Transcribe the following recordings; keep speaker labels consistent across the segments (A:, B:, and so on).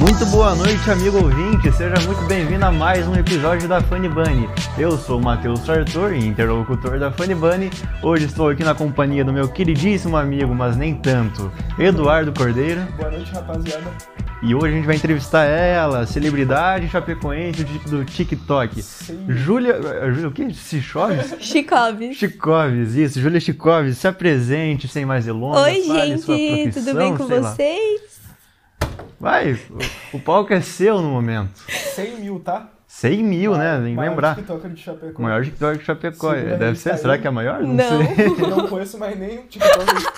A: Muito boa noite, amigo ouvinte. Seja muito bem-vindo a mais um episódio da Funny Bunny. Eu sou o Matheus Sartor, interlocutor da Funny Bunny. Hoje estou aqui na companhia do meu queridíssimo amigo, mas nem tanto, Eduardo Cordeiro.
B: Boa noite, rapaziada.
A: E hoje a gente vai entrevistar ela, celebridade chapecoense do TikTok.
B: Sim.
A: Júlia. eh, Júlia, o que? Cichoves?
C: Chicobi.
A: Chicoves, isso. Júlia Chicoves, se apresente sem mais delongas.
C: Oi,
A: fale sua
C: gente, tudo bem
A: profissão,
C: com
A: sei lá.
C: vocês?
A: Vai, o, o palco é seu no momento.
B: 100 mil, tá?
A: 100 mil, né? Tem que
B: Maior
A: lembrar.
B: TikToker de Chapecó.
A: O maior TikTok de Chapecó.
B: Segunda
A: Deve
B: vez
A: ser.
B: que
A: Será
B: saiu.
A: que é maior?
C: Não.
A: sei.
B: Eu não conheço mais nenhum TikToker.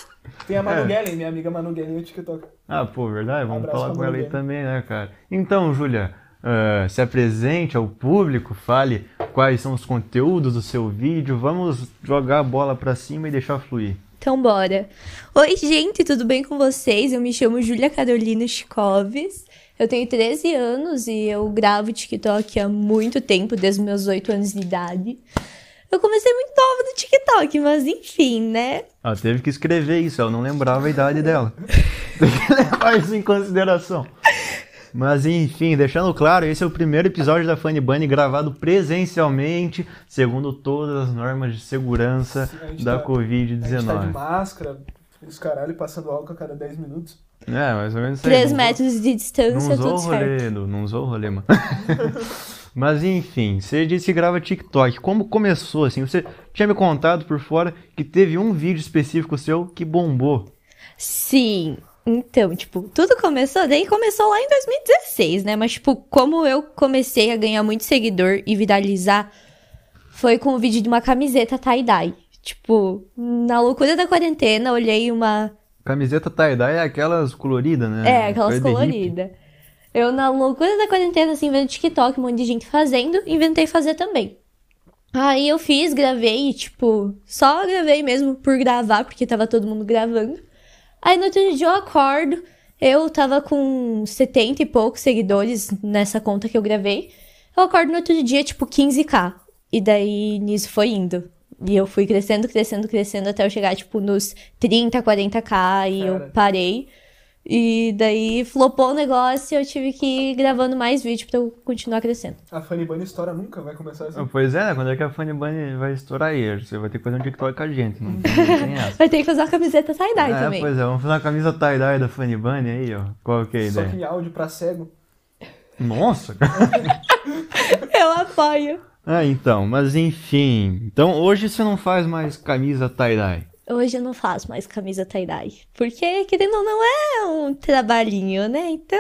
B: Tem a Manu
A: É.
B: Gellen, minha amiga Manu Gellen, é TikToker.
A: Ah, pô, verdade. Vamos
B: Abraço
A: falar
B: pra
A: com ela aí
B: Manu
A: também, né, cara? Então, Júlia, ah, se apresente ao público, fale quais são os conteúdos do seu vídeo. Vamos jogar a bola pra cima e deixar fluir.
C: Então bora. Oi, gente, tudo bem com vocês? Eu me chamo Júlia Carolina Chicoves. Eu tenho 13 anos e eu gravo TikTok há muito tempo, desde os meus 8 anos de idade. Eu comecei muito nova no TikTok, mas enfim, né?
A: Ela teve que escrever isso, ela não lembrava a idade dela. Tem que levar isso em consideração. Mas enfim, deixando claro, esse é o primeiro episódio da Funny Bunny gravado presencialmente, segundo todas as normas de segurança da
B: A gente tá- A gente tá de
A: Covid-19.
B: máscara, os caralho, passando álcool a cada 10 minutos.
A: É, mais ou menos isso aí.
C: 3
A: Não-
C: metros de
A: Não
C: distância,
A: usou o
C: tudo certo.
A: rolê, Edu, não usou o rolê, mano. Mas enfim, você disse que grava TikTok. Como começou assim? Você tinha me contado por fora que teve um vídeo específico seu que bombou.
C: Sim. Então, tipo, tudo começou, daí começou lá em 2016, né? Mas, tipo, como eu comecei a ganhar muito seguidor e viralizar, foi com o vídeo de uma camiseta tie-dye. Tipo, na loucura da quarentena, olhei uma
A: Camiseta tie-dye é aquelas coloridas, né?
C: é, aquelas
A: Coisa de hippie.
C: coloridas. Eu, na loucura da quarentena, assim, vendo TikTok, um monte de gente fazendo, inventei fazer também. Aí eu fiz, gravei, e, tipo, só gravei mesmo por gravar, porque tava todo mundo gravando. Aí no outro dia eu acordo, eu tava com 70 e poucos seguidores nessa conta que eu gravei. Eu acordo no outro dia, tipo, 15k. E daí nisso foi indo. E eu fui crescendo, crescendo, crescendo até eu chegar, tipo, nos 30, 40k e eu
B: Cara.
C: parei. E daí flopou o negócio e eu tive que ir gravando mais vídeo pra eu continuar crescendo.
B: A Funny Bunny história nunca vai começar assim.
A: Ah, Pois é, né? Quando é que a Funny Bunny vai estourar aí? Você vai ter que fazer um TikTok com a gente, não não tem essa.
C: Vai ter que fazer uma camiseta tie-dye
A: é,
C: também.
A: pois é, vamos fazer uma camisa tie-dye da Funny Bunny aí, ó. Qual que é a
B: Só
A: ideia?
B: que em áudio pra cego.
A: Nossa, cara.
C: Eu apoio.
A: Ah, então, mas enfim. Então hoje você não faz mais camisa tie-dye.
C: Hoje eu não faço mais camisa tie-dye. Porque, querendo ou não, é um trabalhinho, né? Então,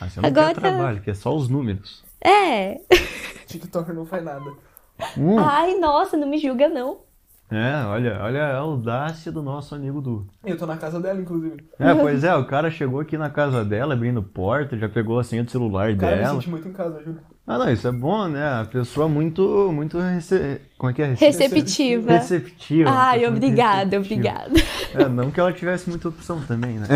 A: Ah, você não
C: Agora-
A: quer trabalho, que é só os números.
C: é.
B: TikToker não faz nada.
A: Um.
C: Ai, nossa, não me julga, não.
A: É, olha, olha a audácia do nosso amigo Du.
B: Eu tô na casa dela, inclusive.
A: É, pois é, o cara chegou aqui na casa dela, abrindo porta, já pegou a senha do celular
B: Cara, eu
A: dela.
B: me senti muito em casa, juro.
A: Ah, não, isso é bom, né? A pessoa muito, muito, rece... como é que é? Rece-
C: Receptiva.
A: Receptiva. uma
C: Ai,
A: pessoa muito
C: obrigada,
A: receptiva.
C: obrigada.
A: É, não que ela tivesse muita opção também, né?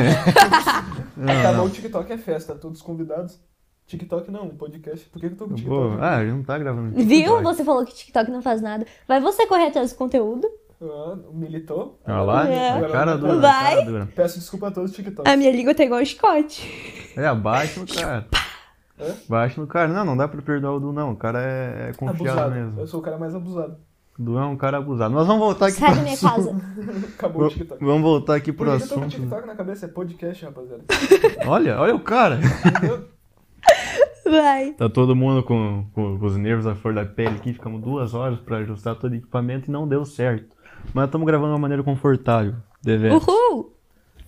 B: É. tá bom, TikTok é festa, todos convidados. TikTok não, podcast. Por que que eu tô com
A: Pô,
B: TikTok?
A: ah, ele não tá gravando.
C: Viu? Você falou que TikTok não faz nada. Vai você correr atrás do conteúdo?
B: Ah, militou.
A: Olha lá,
C: É.
A: a cara dura, a
C: Vai.
A: cara dura.
B: Peço desculpa a todos os TikToks.
C: A minha língua tá igual um chicote.
A: É, abaixa no cara.
B: Hã?
A: Baixa no cara. Não, não dá pra perdoar o Du, não. O cara é é confiado
B: Abusado.
A: mesmo.
B: Eu sou o cara mais abusado.
A: O Du é um cara abusado. Mas vamos voltar aqui
C: Sai
A: pro
C: da minha
A: assunto.
C: casa.
B: Acabou o TikTok.
A: Vamos voltar aqui
B: Por
A: pro
B: que que eu tô com o
A: assunto. né?
B: TikTok na cabeça? É podcast, rapaziada.
A: Olha, olha o cara.
B: Entendeu?
C: Vai.
A: Tá todo mundo com, com- com os nervos à flor da pele aqui, ficamos duas horas pra ajustar todo o equipamento e não deu certo. Mas estamos gravando de uma maneira confortável, deve.
C: Uh. Uhul!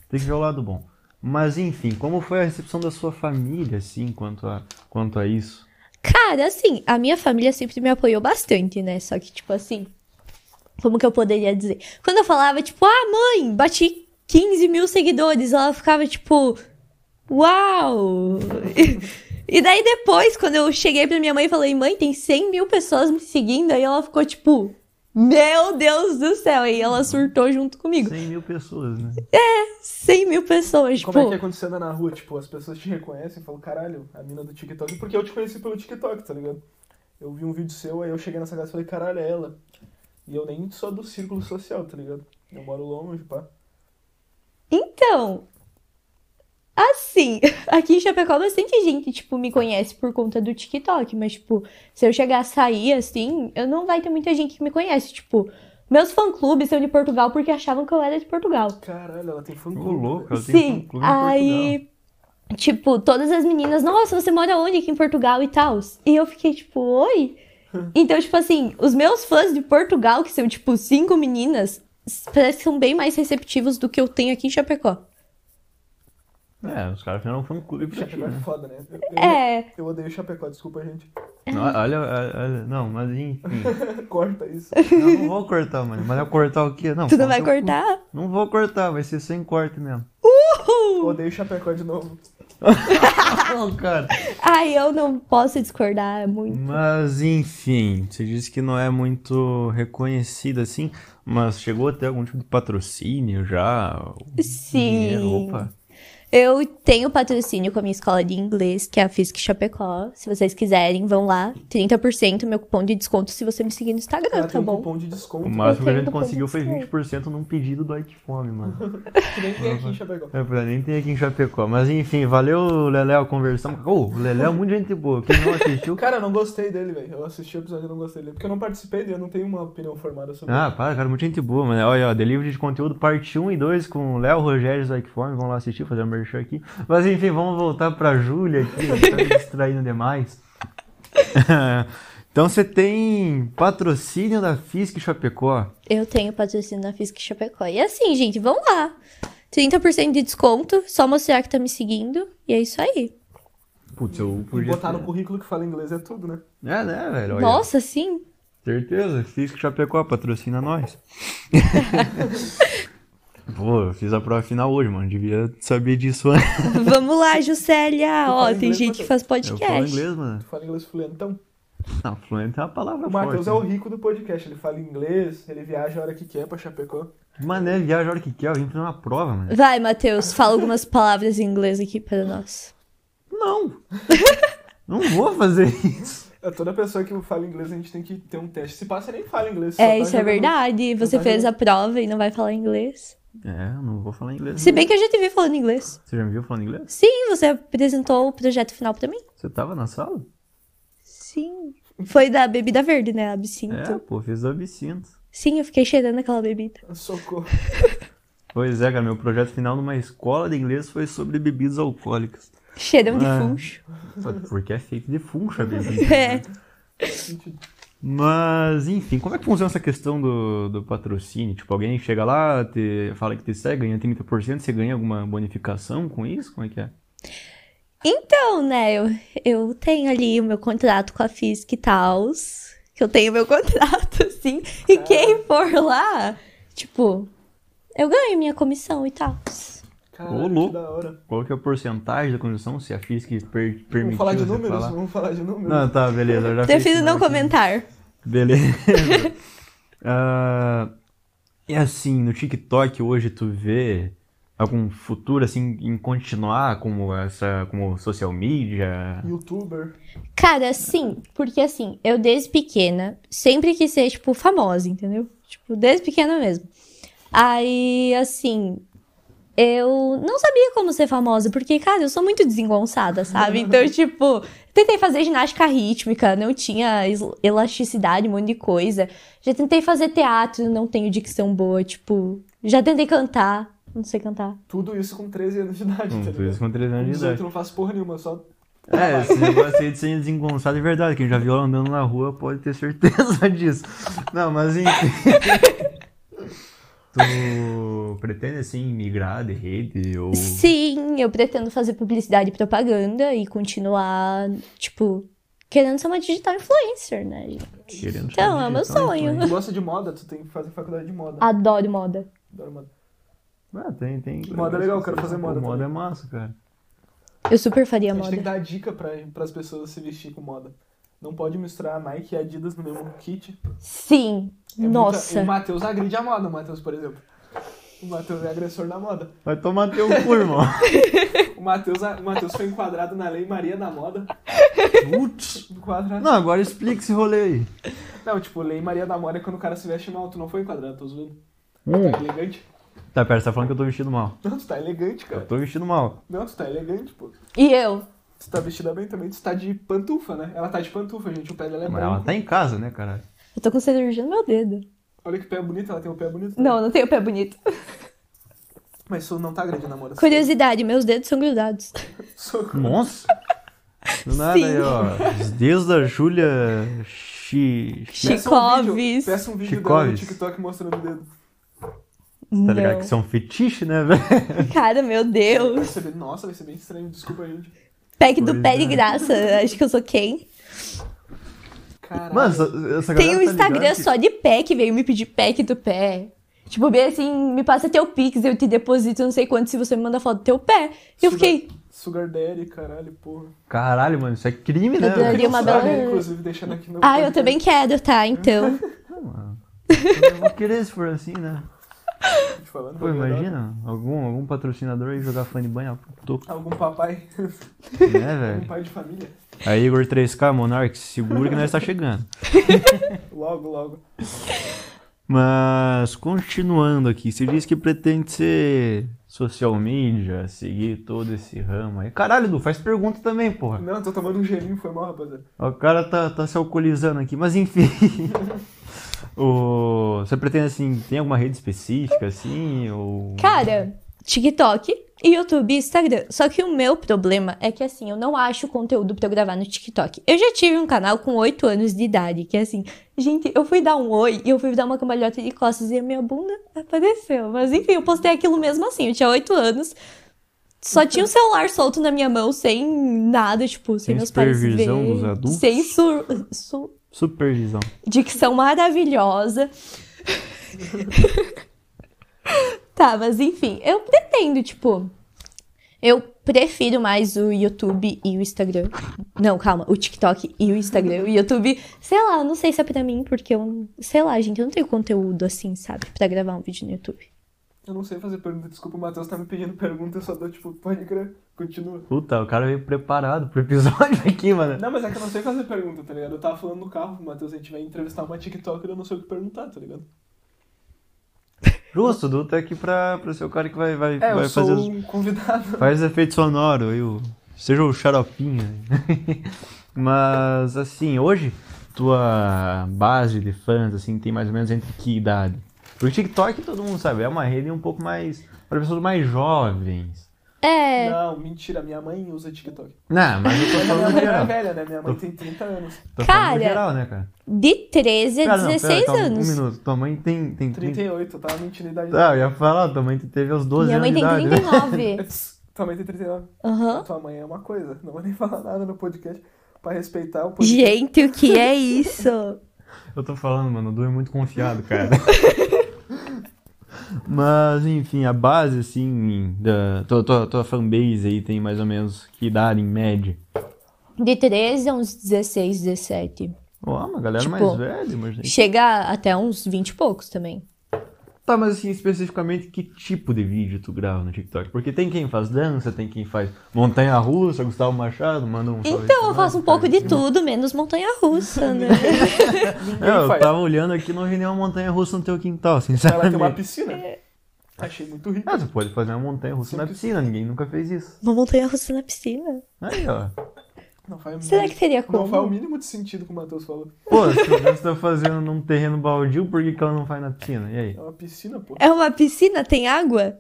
A: Tem que ver o lado bom. Mas enfim, como foi a recepção da sua família, assim, quanto a, quanto a isso?
C: Cara, assim, a minha família sempre me apoiou bastante, né? Só que, tipo assim, como que eu poderia dizer? Quando eu falava, tipo, ah, mãe, bati 15 mil seguidores, ela ficava, tipo, uau! E daí depois, quando eu cheguei pra minha mãe e falei, mãe, tem 100 mil pessoas me seguindo, aí ela ficou, tipo, meu Deus do céu! E ela surtou junto comigo.
A: 100 mil pessoas, né?
C: 100 mil pessoas, tipo...
B: Como é que é quando você anda na rua? Tipo, as pessoas te reconhecem e falam, caralho, a mina do TikTok. Porque eu te conheci pelo TikTok, tá ligado? Eu vi um vídeo seu, aí eu cheguei nessa casa e falei, caralho, é ela. E eu nem sou do círculo social, tá ligado? Eu moro longe, pá.
C: Então, Assim, aqui em Chapecó bastante gente, tipo, me conhece por conta do TikTok, mas, tipo, se eu chegar a sair assim, eu não vai ter muita gente que me conhece. Tipo, meus fã-clubes são de Portugal porque achavam que eu era de Portugal.
B: Caralho, ela tem fã
A: Ô,
B: clube.
A: louco, ela tem
C: Sim,
A: fã-clube em Portugal.
C: aí, tipo, todas as meninas, nossa, você mora onde aqui em Portugal e tal? E eu fiquei tipo, oi? Então, tipo assim, os meus fãs de Portugal, que são tipo cinco meninas, s- parece que são bem mais receptivos do que eu tenho aqui em Chapecó.
A: É, os caras fizeram um fã-clube pra ti,
B: Chapecó é
A: né?
B: foda, né? Eu, eu-
C: É,
B: eu odeio Chapecó, desculpa, gente.
A: Não, olha, olha, olha- não, mas enfim.
B: Corta isso.
A: Eu não vou cortar, mano. Mas eu cortar o quê? Não.
C: tu não
A: pau
C: vai
A: no teu cu.
C: cortar?
A: Não vou cortar, vai ser sem corte mesmo.
B: Eu odeio Chapecó de novo.
A: Não, cara.
C: Ai, Ah, eu não posso discordar muito.
A: Mas enfim, você disse que não é muito reconhecida assim, mas chegou a ter algum tipo de patrocínio já?
C: Sim.
A: Dinheiro, opa.
C: Eu tenho patrocínio com a minha escola de inglês, que é a FISC Chapecó. Se vocês quiserem, vão lá. 30% meu cupom de desconto se você me seguir no Instagram,
B: Ela
C: tá
B: tem um
C: bom?
B: cupom de desconto.
A: O máximo que a
C: Eu
A: gente
C: tenho
A: conseguiu foi
C: bastante.
A: 20% num pedido do iFome, mano.
B: que nem tem aqui em Chapecó.
A: É, pra nem tem aqui em Chapecó. Mas enfim, valeu, Leléo, conversamos. Ô, o Leléo é muito gente boa. Quem não assistiu.
B: Cara, eu não gostei dele, velho. Eu assisti o episódio e não gostei dele. Porque eu não participei dele, eu não tenho uma opinião formada sobre
A: Ah, para, cara, muito gente boa, mano. Olha, ó, delivery de conteúdo parte 1 e 2 com o Léo Rogério do Iqueform. Vamos lá assistir, fazer um merchan aqui. Mas enfim, vamos voltar pra Júlia aqui, ela tá me distraindo demais. então você tem patrocínio da Fisk Chapecó.
C: Eu tenho patrocínio na Fisk Chapecó. E assim, gente, vão lá. 30% de desconto, só mostrar que tá me seguindo. E é isso aí.
A: Putz, eu
B: ele. E
A: podia.
B: botar
A: ter-
B: no currículo que fala inglês é tudo, né?
A: É, né, velho? Olha,
C: Nossa, sim.
A: Certeza, Fisk Chapecó, patrocina nós. Pô, eu fiz a prova final hoje, mano. Devia saber disso antes.
C: Vamos lá, Juscelia.
B: fala
C: Ó, tem
B: inglês,
C: gente que é.
B: Matheus?
C: faz
A: Eu falo
C: podcast.
A: inglês, mano.
B: Tu fala inglês fluentão.
A: Não, fluente é uma palavra
B: O Matheus
A: forte.
B: é o rico do podcast. Ele fala inglês, ele viaja a hora que quer pra Chapecó.
A: Mané, viaja a hora que quer, eu vim fazer uma prova, mano.
C: Vai, Matheus, fala algumas palavras em inglês aqui para nós.
A: Não! não vou fazer isso.
B: É, Toda pessoa que fala inglês, a gente tem que ter um teste. Se passa, nem fala inglês. só
C: É,
B: tá
C: isso é
B: jogando-
C: verdade. Você
B: tá
C: fez a
B: jogando.
C: prova e não vai falar inglês.
A: É, eu não vou falar inglês.
C: Se
A: não.
C: bem que eu já te vi falando inglês.
A: Você já me viu falando inglês?
C: Sim, você apresentou o projeto final para mim.
A: Você tava na sala?
C: Sim. Foi da bebida verde, né? Absinto.
A: É, pô, fiz o absinto.
C: Sim, eu fiquei cheirando aquela bebida.
B: Socorro.
A: Pois é, cara, meu projeto final numa escola de inglês foi sobre bebidas alcoólicas.
C: Cheirão de
A: Ah.
C: funcho.
A: Só Porque é feito de funcha mesmo.
C: É.
B: Sentido.
A: Mas, enfim, como é que funciona essa questão do, do patrocínio? Tipo, alguém chega lá, te, fala que te segue, ganha 30%, você ganha alguma bonificação com isso? Como é que é?
C: Então, né, eu, eu tenho ali o meu contrato com a Fisk e tals, que eu tenho meu contrato, assim, e quem for lá, tipo, eu ganho minha comissão e tals.
A: Ô,
B: Caralho, que
A: louco.
B: da hora.
A: Qual que é a porcentagem da condição, se a FISC per permitiu
B: Vamos falar de
A: você
B: números?
A: falar?
B: Vamos falar de números.
A: Não, tá, beleza, eu já fiz
C: Prefiro
A: isso,
C: não
A: né?
C: comentar.
A: Beleza. Ah, e assim, no TikTok hoje tu vê algum futuro assim em continuar como essa, como social media?
B: Youtuber.
C: Cara, sim, porque assim, eu desde pequena sempre quis ser, tipo, famosa, entendeu? Tipo, desde pequena mesmo. Aí, assim, eu não sabia como ser famosa, porque, cara, eu sou muito desengonçada, sabe? Então, tipo, tentei fazer ginástica rítmica, não tinha es- elasticidade, um monte de coisa. Já tentei fazer teatro, não tenho dicção boa, tipo, já tentei cantar, não sei cantar.
B: Tudo isso com 13 anos de idade,
A: Hum,
B: tá
A: tu isso
B: ligado?
A: com 13 anos de
B: 18
A: idade.
B: não faço porra nenhuma, só.
A: É, esse negócio aí de ser desengonçado é verdade. Quem já viu ela andando na rua pode ter certeza disso. Não, mas enfim. tu pretende assim migrar de rede ou
C: Sim, eu pretendo fazer publicidade e propaganda e continuar, tipo, querendo ser uma digital influencer, né? gente?
A: querendo
C: Então,
A: ser
C: é meu
A: digital
C: sonho. Ah,
A: influencer?
B: Tu gosta de moda, tu tem que fazer faculdade de moda.
C: Adoro moda.
B: Adoro moda.
C: é
A: Ah, tem, tem.
B: Moda é legal, quero fazer
A: Pô,
B: moda
A: Moda é
B: também.
A: massa, cara.
C: Eu super faria
B: A gente tem que
C: moda.
B: dar dica pra, pras pessoas se vestir com moda. Não pode misturar Nike e Adidas no mesmo kit.
C: Sim,
B: É muita-
C: nossa.
B: O Matheus agride a moda, o Matheus, por exemplo. O Matheus é agressor na moda.
A: Vai tomar teu cu, irmão.
B: O Matheus, a- o Matheus foi enquadrado na Lei Maria da Moda.
A: Putz.
B: Enquadrado.
A: Não, agora explica esse rolê aí. Hum.
B: Não, tipo, Lei Maria da Moda é quando o cara se veste mal. Tu não foi enquadrado, tô zoando. Elegante.
A: Tá, pera, você tá falando que eu tô vestido mal.
B: Não, tu tá elegante,
A: Eu
B: cara.
A: tô vestido mal.
B: Não, tu tá elegante, pô.
C: E eu?
B: Tu tá vestida bem também. Tu tá de pantufa, né? Ela tá de pantufa, gente. O pé dela é
A: Mas ela
B: branco.
A: tá em casa, né, cara?
C: Eu tô com cirurgia no meu dedo.
B: Olha que pé bonito, ela tem um pé bonito.
C: Não, eu não tenho pé bonito.
B: Mas isso não tá grande namoro. um
C: Curiosidade, meus dedos são grudados.
B: Socorro.
A: Nossa! Do nada
C: Sim.
A: aí, ó. Os deuses da Júlia Chi.
C: Chi-
B: Peça um vídeo-
C: Chicoves.
B: Peça um vídeo dela no
A: Chicoves.
B: TikTok mostrando o dedo.
A: Tá ligado?
C: Não.
A: Que são fetiche, né, velho?
C: Cara, meu
B: Vai
C: Deus.
B: ser bem- Nossa, vai ser bem estranho. Desculpa, gente.
C: Pack do
A: Pois
C: pé de
A: é.
C: graça. Acho que eu sou quem?
B: Caralho.
A: Mano, essa, essa
C: Tem
A: galera
C: um
A: tá
C: Instagram
A: ligado que-
C: só de pé que veio me pedir pack do pé. Tipo, bem assim, me passa teu pix, eu te deposito não sei quanto se você me manda foto do teu pé. E eu
B: Sugar-
C: fiquei,
B: Sugar Daddy, caralho, porra.
A: Caralho, mano, isso é crime, né?
C: Eu
A: velho?
C: daria uma
B: Sabe,
C: bela-
B: Inclusive, deixando aqui no.
C: ah, eu também quero, tá? Então.
A: Eu vou querer se for assim, né?
B: Te falando,
A: Pô, imagina, algum, algum patrocinador aí jogar fã de banho a topo,
B: Algum papai,
A: né,
B: algum
A: velho?
B: pai de família.
A: Aí, Igor 3K, Monark, segura que nós tá chegando.
B: Logo, logo.
A: Mas, continuando aqui, você diz que pretende ser social media, seguir todo esse ramo aí. Caralho, Du, faz pergunta também, porra.
B: Não, tô tomando um gelinho, foi mal, rapaziada.
A: O cara tá, tá se alcoolizando aqui, mas enfim. O- Você pretende, assim, tem alguma rede específica, assim, ou...
C: Cara, TikTok, YouTube e Instagram. Só que o meu problema é que, assim, eu não acho conteúdo pra eu gravar no TikTok. Eu já tive um canal com 8 anos de idade, que, assim, gente, eu fui dar um oi e eu fui dar uma cambalhota de costas e a minha bunda apareceu. Mas, enfim, eu postei aquilo mesmo assim. Eu tinha 8 anos.
A: Uhum.
C: Só tinha o celular solto na minha mão, sem nada, tipo, sem,
A: Sem
C: meus pais
A: supervisão
C: ver,
A: dos adultos?
C: Sem sur... su-
A: Supervisão.
C: dicção maravilhosa. tá, mas enfim, eu pretendo, tipo. Eu prefiro mais o YouTube e o Instagram. Não, calma, o TikTok e o Instagram. O YouTube, sei lá, não sei se é pra mim, porque eu. Sei lá, gente, eu não tenho conteúdo assim, sabe? Pra gravar um vídeo no YouTube.
B: Eu não sei fazer pergunta, desculpa, o Matheus tá me pedindo pergunta, eu só dou tipo, pode crer, continua.
A: Puta, o cara veio preparado pro episódio aqui, mano.
B: Não, mas é que eu não sei fazer pergunta, tá ligado? Eu tava falando no carro, o Matheus, a gente vai entrevistar uma TikToker, eu não sei o que perguntar, tá ligado?
A: Justo, o Du tá aqui pra, pra ser o cara que vai, vai,
B: É,
A: vai
B: eu sou
A: fazer. os-
B: um convidado.
A: Faz efeito sonoro aí, o- seja o xaropinho. aí. Mas, assim, hoje, tua base de fãs, assim, tem mais ou menos entre que idade? Porque TikTok, todo mundo sabe, é uma rede um pouco mais. para pessoas mais jovens.
C: É.
B: Não, mentira, minha mãe usa TikTok.
A: Não, mas eu tô
B: Mas a minha
A: falando no
B: mãe não é
A: geral.
B: velha, né? Minha mãe tem 30 anos.
A: Tô falando
C: Cara,
A: no geral, né, cara?
C: De 13 a
A: Cara, Ah, não, pera,
C: 16
A: calma,
C: anos.
A: Um minuto, tua mãe tem. tem 30...
B: 38, eu tava mentindo a tá? idade.
A: Ah, eu ia falar, tua mãe teve aos 12
C: Minha mãe
A: anos
C: tem
A: de idade, né?
C: 39.
B: Tua mãe tem 39.
C: Aham.
B: Tua mãe é uma coisa. Não vou nem falar nada no podcast pra respeitar o podcast.
C: Gente, o que é isso?
A: Eu tô falando, mano, o Du é muito confiado, cara. Mas, enfim, a base, assim, da tua, tua, tua fanbase aí tem mais ou menos que idade em média?
C: De 13 a uns 16, 17.
A: Ó, uma galera
C: Tipo,
A: mais velha, mas...
C: Chega até uns 20 e poucos também.
A: Tá, mas assim, especificamente, que tipo de vídeo tu grava no TikTok? Porque tem quem faz dança, tem quem faz montanha-russa, Gustavo Machado, manda um salve
C: Então,
A: pra
C: eu faço um
A: nós,
C: pouco
A: cara.
C: de tudo, menos montanha-russa, né?
B: Ninguém
A: É, eu
B: faz.
A: tava olhando aqui, não vi nenhuma montanha-russa no teu quintal,
B: Ela tem
A: sinceramente.
B: uma piscina. Achei muito rico.
A: Ah, tu pode fazer uma montanha-russa na piscina, ninguém nunca fez isso.
C: Uma montanha-russa na piscina?
A: Aí, ó.
B: Não faz o
C: Será que
B: mínimo-
C: teria
B: Não faz o
C: como?
B: mínimo de sentido que o Matheus falou.
A: Pô, se você tá fazendo num terreno baldio, por que, que ela não faz na piscina? E aí?
B: É uma piscina, pô. Uhum.
C: É uma piscina? Tem água?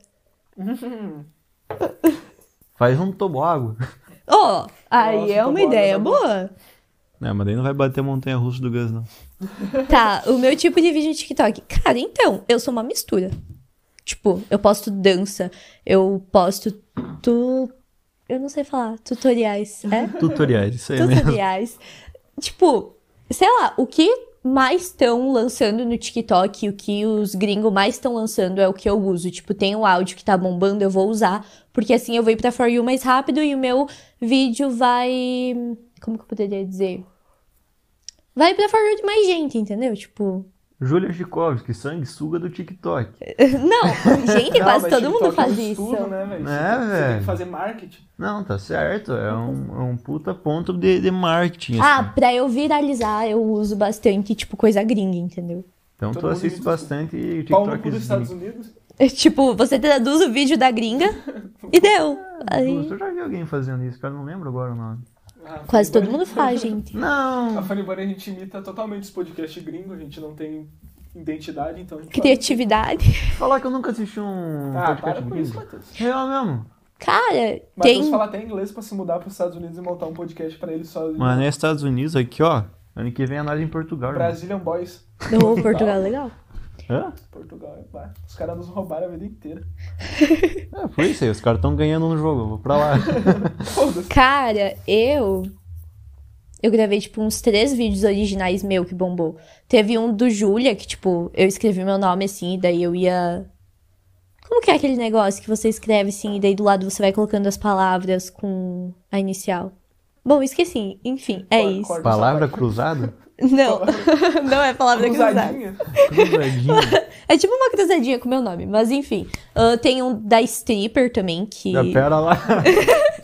A: Faz um toboágua.
C: Oh, aí
B: Nossa,
C: é uma
B: tomara,
C: ideia
B: tá bom.
C: boa.
A: Não, É, mas daí não vai bater a montanha russa do Gus, não.
C: Tá, o meu tipo de vídeo no TikTok. Cara, então, eu sou uma mistura. Tipo, eu posto dança, eu posto tu... Eu não sei falar, tutoriais, é?
A: Tutoriais, isso aí mesmo.
C: tutoriais. Tipo, sei lá, o que mais estão lançando no TikTok, o que os gringos mais estão lançando é o que eu uso. Tipo, tem o áudio que tá bombando, eu vou usar. Porque assim eu vou ir pra For You mais rápido e o meu vídeo vai. Como que eu poderia dizer? Vai pra For You de mais gente, entendeu? Tipo.
A: Júlia Chikovski, sanguessuga do TikTok.
C: Não, gente,
B: Não,
C: quase
B: mas
C: todo
B: TikTok
C: mundo
B: é um
C: faz
B: estudo,
C: isso.
B: Né,
A: É,
B: velho? Você tem
A: velho.
B: que fazer marketing.
A: Não, tá certo. É um, é um puta ponto de, de marketing.
C: Ah,
A: assim.
C: pra eu viralizar, eu uso bastante, tipo, coisa gringa, entendeu?
A: então tu
B: todo mundo
A: assiste
B: me-
A: bastante
B: Pau no cu
A: TikToks.
B: dos Estados Unidos.
C: É, tipo, você traduz o vídeo da gringa e deu. Aí,
A: Eu já vi alguém fazendo isso, cara, não lembro agora o nome.
B: Ah,
C: quase todo
B: Funny
C: mundo
B: Bunny-
C: faz, gente.
B: A
A: Não!
B: Funny Bunny a gente imita totalmente os podcasts gringo, a gente não tem identidade, então. a gente fala-
C: Criatividade.
A: Falar que eu nunca assisti um
B: Ah,
A: podcast
B: para com
A: gringo.
B: isso, Matheus.
A: Real mesmo.
C: Cara,
B: Matheus
C: tem.
B: fala até inglês pra se mudar pros Estados Unidos e montar um podcast pra ele só.
A: Mano, é Estados Unidos aqui, ó. Ano que vem é nós em Portugal. irmão.
B: Brazilian Boys.
C: Ô, Portugal, legal.
A: Hã?
B: Portugal é pá. Os caras nos roubaram a vida inteira.
A: É, por isso aí, os caras estão ganhando no jogo, eu vou pra lá.
B: Foda-se.
C: Cara, eu. Eu gravei, tipo, uns três vídeos originais meu que bombou. Teve um do Júlia, que, tipo, eu escrevi meu nome assim, e daí eu ia. Como que é aquele negócio que você escreve assim, e daí do lado você vai colocando as palavras com a inicial? Bom, esqueci. Enfim, é
B: Cor-
C: isso.
B: corta essa
A: Palavra
B: parte.
A: cruzada?
C: Não, não é palavra cruzada.
B: Cruzadinha.
A: Cruzadinha.
C: É tipo uma cruzadinha com meu nome, mas enfim. Ah, tem um da stripper também, que.
A: Já pera lá.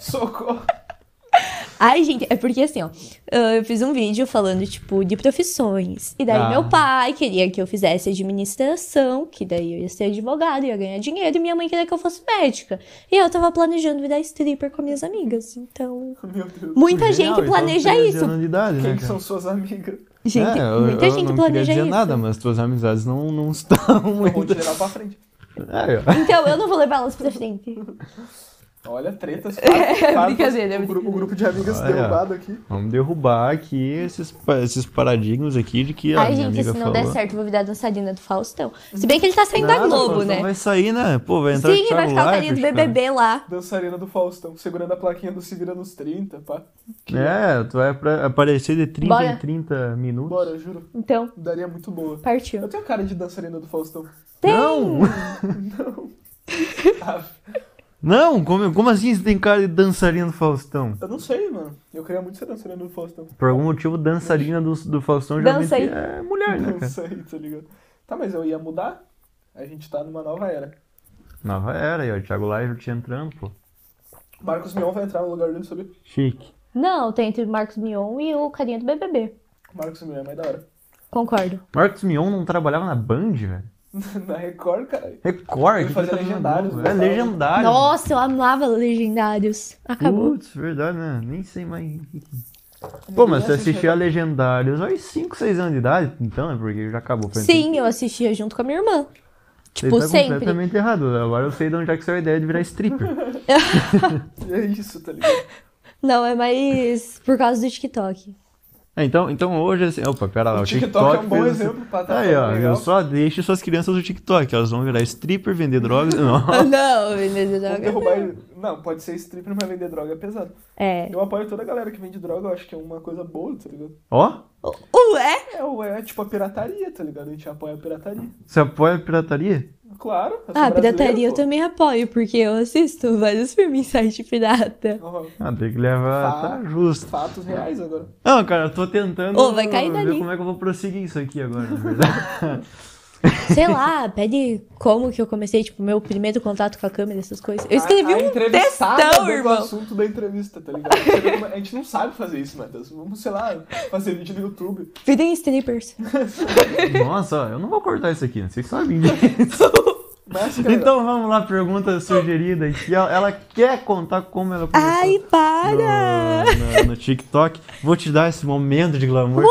B: Socorro.
C: Ai, gente, é porque assim, ó, ah, eu fiz um vídeo falando, tipo, de profissões. E daí
A: Ah.
C: meu pai queria que eu fizesse administração, que daí eu ia ser advogada, ia ganhar dinheiro, e minha mãe queria que eu fosse médica. E eu tava planejando virar stripper com minhas amigas. Então,
B: Meu Deus.
A: Genial,
C: muita gente
A: então,
C: planeja
A: 13
C: isso.
A: anos de idade, né,
B: Quem
A: cara?
B: são suas amigas?
C: Gente,
A: É, eu-
C: muita
A: eu
C: gente
A: não queria
C: planeja
A: dizer
C: isso.
A: nada, mas tuas amizades não, não estão
B: Eu vou
A: muito...
B: te levar pra frente.
A: É, ó.
C: Então, eu não vou levar elas pra frente.
B: Olha, tretas. farpas, farpas.
C: brincadeira, é
B: o, grupo, o grupo de amigas
A: Olha.
B: derrubado aqui.
A: Vamos derrubar aqui esses, pa- esses paradigmas aqui de que a
C: Ai,
A: minha
C: gente,
A: amiga
C: se não
A: falou.
C: der certo, eu vou virar dançarina do Faustão. Se bem que ele tá saindo da
A: Nada,
C: Globo,
A: Faustão
C: né?
A: Vai sair, né? Pô, vai entrar o
C: Sim, ele vai
A: Thiago
C: ficar o carinha do
A: Leifert,
C: BBB lá.
B: Dançarina do Faustão, segurando a plaquinha do Se Vira nos 30, pá.
A: cara. É, tu vai pra- aparecer de 30 em
C: Bora.
A: 30 minutos.
B: Bora, eu juro.
C: Então,
B: Daria muito boa.
C: partiu.
B: Eu tenho cara de dançarina do Faustão.
A: Não!
B: Ah,
A: Não, como, como assim você tem cara de dançarina do Faustão?
B: eu não sei, mano. Eu queria muito ser dançarina do Faustão.
A: Por algum motivo, dançarina do, do Faustão geralmente
C: Dança aí.
A: é mulher, né,
B: Não
A: cara?
B: sei, tá ligado? Tá, mas eu ia mudar. A gente tá numa nova era.
A: Nova era aí, ó. Thiago Leifert entrando, pô.
B: Marcos Mion vai entrar no lugar dele, sabe?
A: Chique.
C: Não, tem entre o Marcos Mion e o carinha do BBB.
B: Marcos Mion é mais da hora.
C: Concordo.
A: Marcos Mion não trabalhava na Band, velho?
B: Na Record, caralho.
A: Record,
B: Ele
A: que
B: fazia
A: coisa
B: Legendários,
A: maluca.
B: né?
A: É legendário.
C: Nossa, eu amava Legendários. Acabou.
A: Putz, verdade, né? Nem sei mais. Pô,
C: é
A: mas você assistia a Legendários aos 5, 6 anos de idade, então, né? Porque já acabou. Foi
C: Sim, eu assistia junto com a minha irmã.
A: Você
C: Tipo,
A: tá
C: sempre.
A: completamente errado. Agora eu sei de onde é que saiu a ideia de virar stripper.
B: É isso, tá ligado?
C: Não, é mais por causa do TikTok.
A: Ah, então, então hoje, assim... Opa, pera lá. O,
B: O TikTok é um bom
A: fez esse-
B: exemplo pra tá
A: Aí, ó.
B: legal.
A: Eu só deixo suas crianças no TikTok. Elas vão virar stripper, vender drogas... Não.
C: Ah, Não, vender
B: Vamos
C: droga.
B: derrubar ele. Não, pode ser stripper, mas vender droga é pesado.
C: É.
B: Eu apoio toda a galera que vende droga, eu acho que é uma coisa boa, tá ligado?
A: Ó,
C: Ué?
B: É, ué, é tipo a pirataria, tá ligado? A gente apoia a pirataria.
A: você apoia a pirataria?
B: Claro. eu sou
C: Ah,
B: é brasileiro,
C: pirataria eu
B: pô.
C: também apoio, porque eu assisto vários filmes em site pirata.
B: Ó,
A: Ah, tem que levar...
B: Fala.
A: Tá justo.
B: Fatos reais agora.
A: Não, cara, eu tô tentando
C: Ô, vai cair
A: ver
C: dali.
A: como é que eu vou prosseguir isso aqui agora, na verdade.
C: Sei lá, pede como que eu comecei, tipo, meu primeiro contato com a câmera, essas coisas. Eu escrevi
B: A- a
C: um
B: entrevistada
C: textão,
B: dando o
C: irmão.
B: assunto da entrevista, tá ligado? Você vê como- A gente não sabe fazer isso, Matheus. Vamos, sei lá, fazer vídeo no YouTube.
C: Virem strippers.
A: Nossa, ó, eu não vou cortar isso aqui, né? vocês sabem disso.
B: Mas, cara,
A: Então vamos lá, pergunta sugerida aqui. Ela, ela quer contar como ela começou
C: Ai, para!
A: no, no- no TikTok. Vou te dar esse momento de glamour.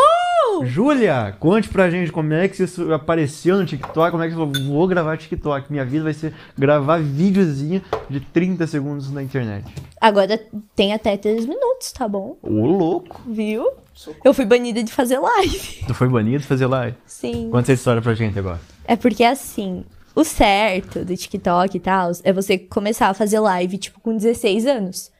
A: Júlia, conte pra gente como é que isso apareceu no TikTok, como é que você falou, vou gravar TikTok. Minha vida vai ser gravar videozinho de 30 segundos na internet.
C: Agora tem até 3 minutos, tá bom?
A: Ô, louco!
C: Viu?
B: Socorro.
C: Eu fui banida de fazer live.
A: Tu foi banido fazer live?
C: Sim.
A: Conta essa história pra gente agora.
C: É porque assim, o certo do TikTok e tal é você começar a fazer live, tipo, com 16 anos.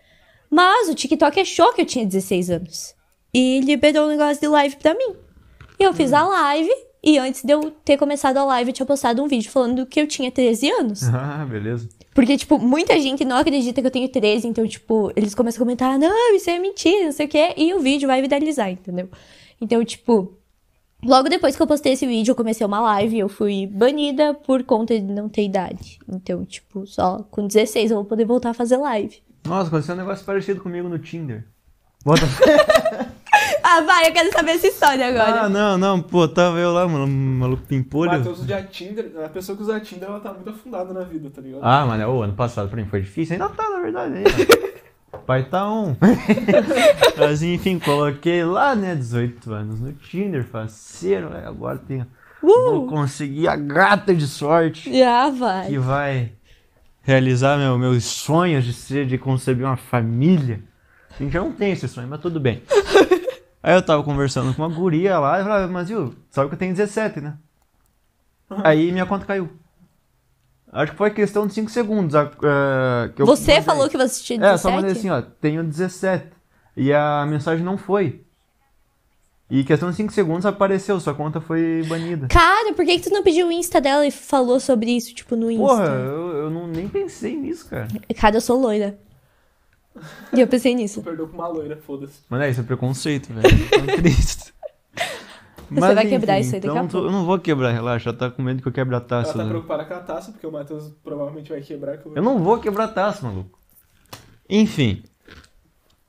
C: Mas o TikTok achou que eu tinha 16 anos. E liberou o negócio de live pra mim. E eu fiz a live. E antes de eu ter começado a live, eu tinha postado um vídeo falando que eu tinha 13 anos.
A: Ah, beleza.
C: Porque, tipo, muita gente não acredita que eu tenho 13, então, tipo, eles começam a comentar, não, isso é mentira, não sei o quê, e o vídeo vai viralizar, entendeu? Então, tipo, logo depois que eu postei esse vídeo, eu comecei uma live, eu fui banida por conta de não ter idade. Então, tipo, só com 16 eu vou poder voltar a fazer live.
A: Nossa, aconteceu um negócio parecido comigo no Tinder. Bota
C: Ah, vai, eu quero saber essa história agora.
A: Ah, não, não, pô, tava eu lá, mano, maluco pimpolho.
B: Matheus usa Tinder, a pessoa que usa Tinder, ela tá muito afundada na vida, tá ligado?
A: Ah, mano, o ano passado pra mim foi difícil. Ainda tá, na verdade. Ainda. Pai tá um. Mas enfim, coloquei lá, né, 18 anos no Tinder, faceiro. aí Agora tenho, vou
C: Uh!
A: conseguir a gata de sorte
C: Já vai.
A: que vai realizar meu, meus sonhos de ser, de conceber uma família. A gente já não tem esse sonho, mas tudo bem. Aí eu tava conversando com uma guria lá e falava, mas viu, sabe que eu tenho 17, né? Aí minha conta caiu. Acho que foi questão de 5 segundos. a- é, que eu
C: Você
A: mandei.
C: falou que você tinha 17?
A: É, só mandei assim, ó, tenho 17. E a mensagem não foi. E questão de 5 segundos apareceu, sua conta foi banida.
C: Cara, por que, que tu não pediu o Insta dela e falou sobre isso, tipo, no Insta?
A: Porra, eu, eu não, nem pensei nisso, cara.
C: Cara, eu sou loira. E eu pensei nisso.
B: Perdeu pra uma loira, foda-se.
A: Mano, é, isso é preconceito, velho. É triste.
C: vai quebrar isso aí daqui a
A: então, tô-
C: pouco.
A: Eu não vou quebrar, relaxa. Ela tá com medo que eu quebre a
B: Ela
A: taça.
B: tá
A: né?
B: preocupada com a taça, porque o Matheus provavelmente vai quebrar. Que eu...
A: Eu não vou quebrar a taça, maluco. Enfim.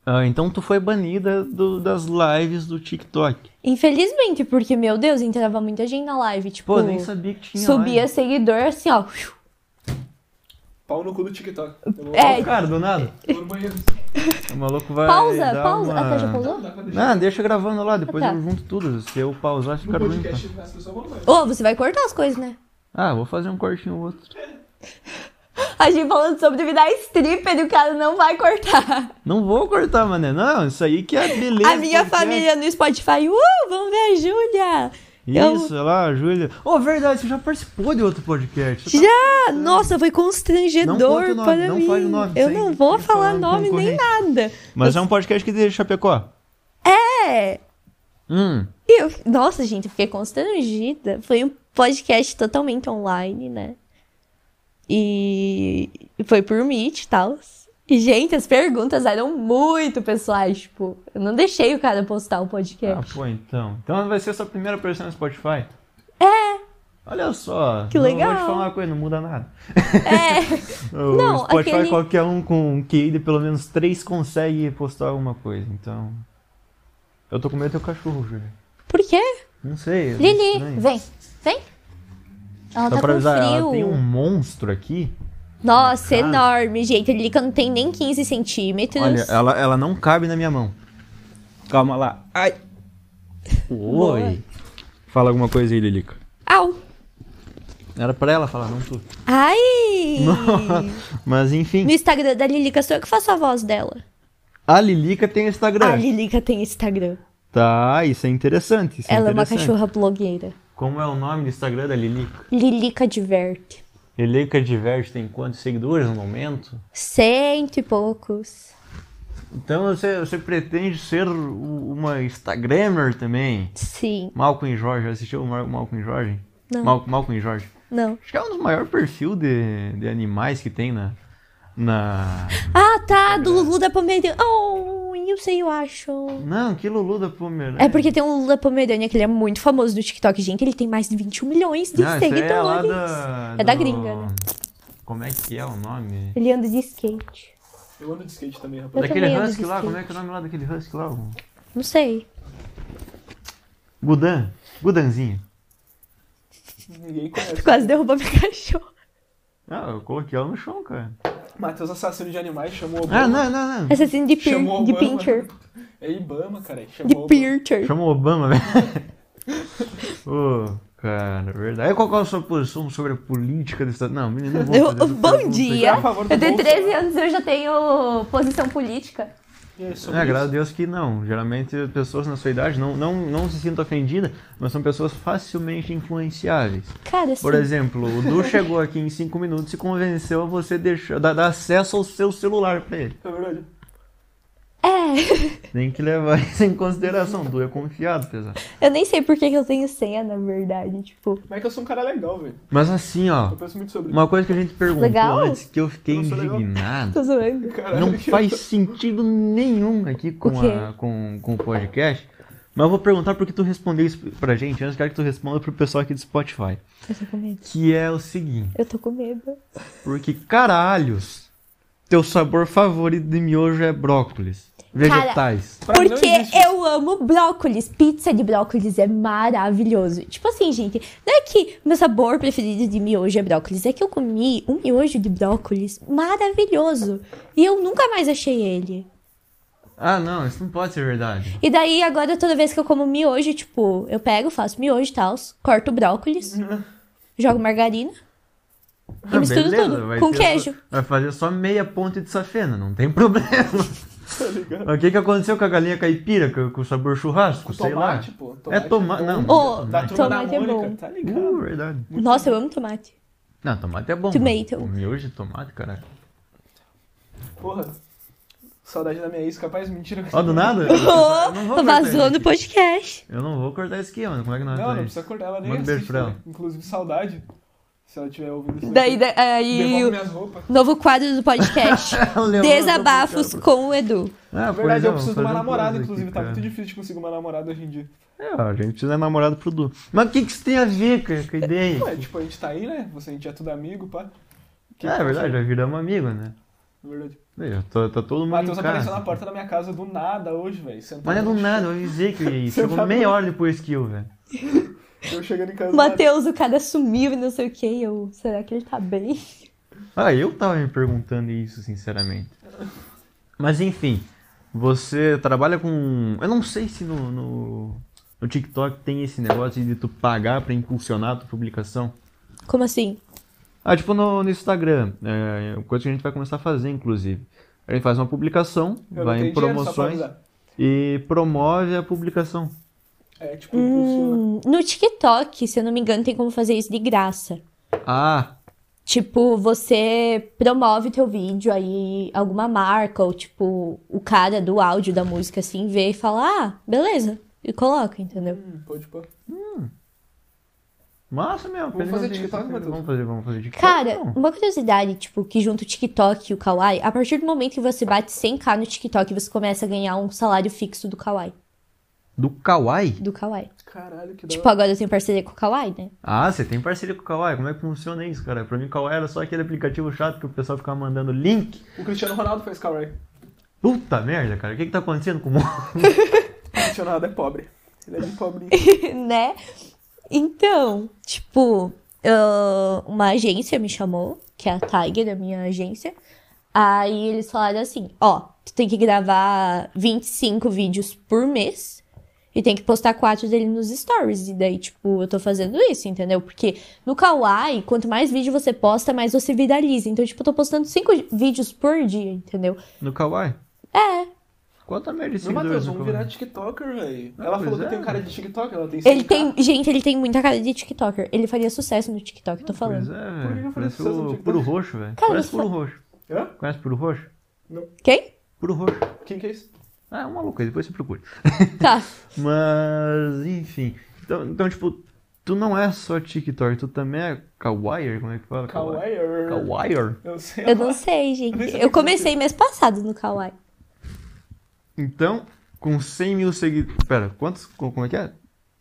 A: Ah, então tu foi banida do- das lives do TikTok.
C: Infelizmente, porque, meu Deus, entrava muita gente na live. Tipo,
A: Pô, nem sabia que tinha
C: subia
A: live.
C: seguidor assim, ó.
B: Pau no cu do TikTok. Eu vou,
C: É.
A: Ô, cara, do nada.
B: eu vou no banheiro.
A: O maluco vai
C: Pausa,
A: dar
C: pausa.
A: uma...
C: Ah, tá, já pausou?
B: Não dá pra deixar.
A: Não, deixa gravando lá, depois
C: Ah, tá.
A: eu junto tudo. Se eu pausar,
B: No
A: fica ruim. cara.
B: podcast, as pessoas vão ver.
C: Ô, você vai cortar as coisas, né?
A: Ah, vou fazer um cortinho ou outro.
C: A gente falando sobre virar stripper e o cara não vai cortar.
A: Não vou cortar, mané. Não, isso aí que é a beleza.
C: a minha
A: do podcast.
C: família no Spotify. Uh, vamos ver a Júlia. Eu-
A: Isso, olha lá, a Júlia. Ô, verdade, você já participou de outro podcast. Você tá-
C: Já! Ah, Nossa, foi
A: Não
C: constrangedor
A: conta o nome,
C: para
A: não
C: mim.
A: fale o nome,
C: eu
A: sem-
C: não vou
A: sem
C: falar
A: falar um
C: nome nem nada.
A: Mas é um podcast que deixa Chapecó.
C: É.
A: Hum.
C: E eu- nossa, gente, eu fiquei constrangida. Foi um podcast totalmente online, né? E e foi por Meet e tal. E, gente, as perguntas eram muito pessoais. Tipo, eu não deixei o cara postar o
A: Ah,
C: podcast.
A: pô, então. Então vai ser a sua primeira aparição no Spotify? É. Olha só.
C: Que legal.
A: Não vou te falar uma coisa, não muda nada.
C: É.
A: O
C: Não,
A: Spotify,
C: aquele-
A: qualquer um com QI de pelo menos 3 consegue postar alguma coisa, então... Eu tô com medo do teu cachorro, Júlia.
C: Por quê?
A: Não sei. é
C: Lili,
A: estranho.
C: vem. Vem.
A: Só
C: Ela
A: pra
C: tá com
A: avisar, ela tem
C: frio.
A: um monstro aqui.
C: Nossa,
A: Cara.
C: enorme, gente. A Lilica não tem nem 15 centímetros.
A: Olha, ela, ela não cabe na minha mão. Calma lá. Ai.
C: Boa.
A: Oi. Fala alguma coisa aí, Lilica.
C: Au!
A: Era pra ela falar, não tu.
C: Ai!
A: Mas
C: No
A: enfim,
C: Instagram da Lilica sou eu que faço a voz dela.
A: a Lilica tem Instagram.
C: A Lilica tem Instagram.
A: Tá, isso é interessante. isso
C: Ela é uma
A: interessante.
C: cachorra blogueira.
A: Como é o nome do Instagram da Lilica?
C: Lilica diverte.
A: Lilica Diverge tem quantos seguidores no momento?
C: Cento e poucos.
A: Então você, você pretende ser u- uma Instagrammer também?
C: Sim.
A: Malcolm Jorge, já assistiu o Mar- Malcolm Jorge?
C: Não.
A: Mal- Malcolm Jorge.
C: Não.
A: Acho que é um dos maiores perfis de, de animais que tem na. Na.
C: Ah, tá. Do Lulu da Pomerânia. Oh, eu sei, eu acho.
A: Não, que Lulu da Pomerânia.
C: É porque tem um Lulu da Pomerânia que ele é muito famoso no TikTok, gente. Ele tem mais de 21 milhões de
A: Não, isso aí
C: seguidores.
A: é lá da.
C: É da
A: do-
C: gringa, né?
A: Como é que é o nome?
C: Ele anda de skate.
B: Eu ando de skate também, rapaz.
C: Eu
A: Daquele
C: também ando
A: husky
C: de
A: lá,
C: skate.
A: como é que é o nome lá daquele husky lá? O-
C: Não sei.
A: Gudan. Gudanzinho.
B: Ninguém conhece.
C: Quase derrubou meu cachorro.
A: Ah, eu coloquei ela no chão, cara.
B: Matheus assassino de animais chamou o Obama.
A: Ah, não, não, não.
C: Assassino de, pir...
B: Chamou o
A: né?
C: de
B: Obama.
C: Pincher.
B: É Ibama, cara. Chamou
C: De
B: o Obama.
C: Pincher.
A: Chama o Obama, velho. Ô, cara, verdade. E qual, qual é a sua posição sobre a política do Estado? Não, menino, não vou
C: Eu-
A: fazer essa
C: bom
A: pergunta
C: dia!
B: é a favor do
C: Eu tenho
B: Bolsonaro.
C: 13 anos e eu já tenho posição política.
B: E aí, sobre
A: É,
B: isso?
A: graças a Deus que não. Geralmente pessoas na sua idade não, não, não se sintam ofendidas, mas são pessoas facilmente influenciáveis.
C: Cara, assim,
A: Por exemplo, o Du chegou aqui em cinco minutos e convenceu a você deixar, dar, dar acesso ao seu celular pra ele.
B: É verdade.
C: é.
A: Tem que levar isso em consideração. Du é confiado, pesado.
C: Eu nem sei por que que eu tenho senha, na verdade. Tipo,
B: Mas é que eu sou um cara legal, velho.
A: Mas assim, ó,
B: Eu penso muito sobre
A: uma coisa que a gente perguntou
C: Legal.
A: antes que eu fiquei
B: Eu sou legal.
A: indignado.
C: tô zoando.
B: isso. Caralho,
A: Não
B: que-
A: faz sentido nenhum aqui com,
C: O quê?
A: a, com, com o podcast. Mas eu vou perguntar porque tu respondeu isso pra gente. Antes eu quero que tu responda pro pessoal aqui do Spotify.
C: Eu tô com medo.
A: Que é o seguinte,
C: Eu tô com medo.
A: porque caralhos, Teu sabor favorito de miojo é brócolis.
C: Cara,
A: Vegetais.
B: Pra mim não
C: Porque
B: existe.
C: eu amo brócolis. Pizza de brócolis é maravilhoso. Tipo assim, gente, não é que meu sabor preferido de miojo é brócolis. É que eu comi um miojo de brócolis maravilhoso. E eu nunca mais achei ele.
A: Ah, não, isso não pode ser verdade.
C: E daí, agora, toda vez que eu como miojo, tipo, eu pego, faço miojo e tal, corto o brócolis, jogo margarina e
A: Ah,
C: misturo
A: beleza,
C: tudo
A: vai
C: com
A: ter
C: queijo.
A: só- vai fazer só meia ponte de safena, não tem problema.
B: Tá ligado?
A: Mas O que, que aconteceu com a galinha caipira, com, com o sabor churrasco? Sei
B: Tomate,
A: lá.
B: pô.
A: É tomate.
B: bom. tá
A: Não,
C: Ô,
A: mas
B: Da
A: é tomate.
B: turma da
C: Tomate é
B: Mônica,
C: bom.
B: tá ligado?
A: Uh, verdade.
C: Nossa, eu amo tomate.
A: Não, tomate é bom.
C: Tomato.
A: mano. O Miojo de tomate, caralho.
B: Porra. Saudade da minha ex, capaz, mentira.
A: Ó, do nada? Eu não vou tá
C: Ô,
A: cortar
C: vazou
A: isso
C: no
A: aqui.
C: podcast.
A: Eu não vou cortar isso aqui, mano. Como é que nós
B: Não, não
A: vamos
B: precisa acordar ela nem
A: Manda um beijo
B: assiste,
A: pra ela.
B: né? Inclusive, saudade. Se ela tiver ouvindo isso.
C: Daí,
B: daqui.
C: da- aí,
B: Devolve
C: o
B: minhas roupas.
C: novo quadro do podcast. Desabafos com o Edu.
A: Na
B: Na verdade, eu preciso de
A: um
B: uma namorada, inclusive. Tá muito difícil de conseguir uma namorada hoje em dia.
A: É, ó, a gente precisa de namorado pro Du. Mas o que, que isso tem a ver com com a ideia?
B: Ué, tipo, a gente tá aí, né? Você, a gente é tudo amigo, pá. Que- é
A: É, é verdade, já viramos amigo, né?
B: Verdade.
A: Veja, tá, tá todo mundo
B: Matheus
A: em
B: apareceu na
A: casa.
B: porta da minha casa do nada hoje, velho. sentado
A: Mas é do
B: no
A: nada, eu avisei que eu ia ir.
B: Você
A: Chegou
B: tá
A: meia
B: doido.
A: hora depois que eu, velho.
B: chão. Eu chegando em casa.
C: O Matheus, o cara sumiu e não sei o que. Eu, será que ele tá bem?
A: Ah, eu tava me perguntando isso, sinceramente. Mas enfim, você trabalha com. um, Eu não sei se no, no, no TikTok tem esse negócio de tu pagar pra impulsionar a tua publicação.
C: Como assim?
A: Ah, tipo no, no Instagram. É uma coisa que a gente vai começar a fazer, inclusive. A gente faz uma publicação,
B: Eu não
A: vai em
B: tenho dinheiro, só pra
A: promoções
B: avisar.
A: e promove a publicação.
B: É, tipo, impulsiona.
C: Hum, no TikTok, se eu não me engano, tem como fazer isso de graça.
A: Ah,
C: Tipo, você promove teu vídeo aí, alguma marca, ou tipo, o cara do áudio da música assim vê e fala, ah, beleza, e coloca, entendeu?
B: Hum, pode pôr.
A: massa mesmo.
B: Vamos fazer TikTok, Matheus?
A: Vamos fazer, vamos fazer TikTok.
C: Cara,
A: não.
C: uma curiosidade, tipo, que junto o TikTok e o Kawaii, a partir do momento que você bate 100k no TikTok, você começa a ganhar um salário fixo do Kawaii.
A: Do Kawaii?
C: Do Kawaii.
B: Caralho, que da
C: Tipo,
B: hora.
C: agora eu tenho parceria com o Kawaii, né?
A: Ah, você tem parceria com o Kawaii? Como é que funciona isso, cara? Pra mim, o Kawaii era só aquele aplicativo chato que o pessoal ficava mandando link.
B: O Cristiano Ronaldo fez Kawaii.
A: Puta merda, cara. O que que tá acontecendo com o mundo?
B: O Cristiano Ronaldo é pobre. Ele é bem pobre.
C: né? Então, tipo, ah, uma agência me chamou, que é a Tiger, a minha agência. Aí eles falaram assim: ó, tu tem que gravar 25 vídeos por mês e tem que postar quatro dele nos stories. E daí, tipo, eu tô fazendo isso, entendeu? Porque no Kawaii, quanto mais vídeo você posta, mais você viraliza. Então, tipo, eu tô postando cinco vídeos por dia, entendeu?
A: No Kawaii?
C: É,
A: Quanta merda esse
B: Meu Matheus,
A: seguidores no
B: vamos
A: Kawaii?
B: virar TikToker, velho.
A: é? Ah,
B: Ela
A: pois
B: falou que
A: é.
B: tem cara de TikTok, ela tem
C: ele
B: 100K.
C: tem. Gente, ele tem muita cara de TikToker. Ele faria sucesso no TikTok, tô falando.
A: Pois é, velho.
B: Por que que eu falei
A: Parece
B: sucesso no
A: o
B: TikTok?
A: puro roxo, velho.
C: Cara,
A: Parece
C: você-
A: puro roxo.
B: Hã?
A: Conhece puro roxo?
C: Quem?
A: Puro roxo.
B: Quem que é isso?
A: Ah, é uma loucura, depois você procura.
C: Tá.
A: Mas, enfim. Então, então, tipo, tu não é só TikTok, tu também é Kawaii, como é que fala?
B: Kawaii.
A: Kawaii.
B: Eu sei.
C: Eu
B: lá.
C: não sei, gente.
B: nem sabia
C: Eu
B: que
C: comecei mês passado no Kawaii.
A: Então, com 100 mil seguidores. Pera, quantos. co- Como é que é?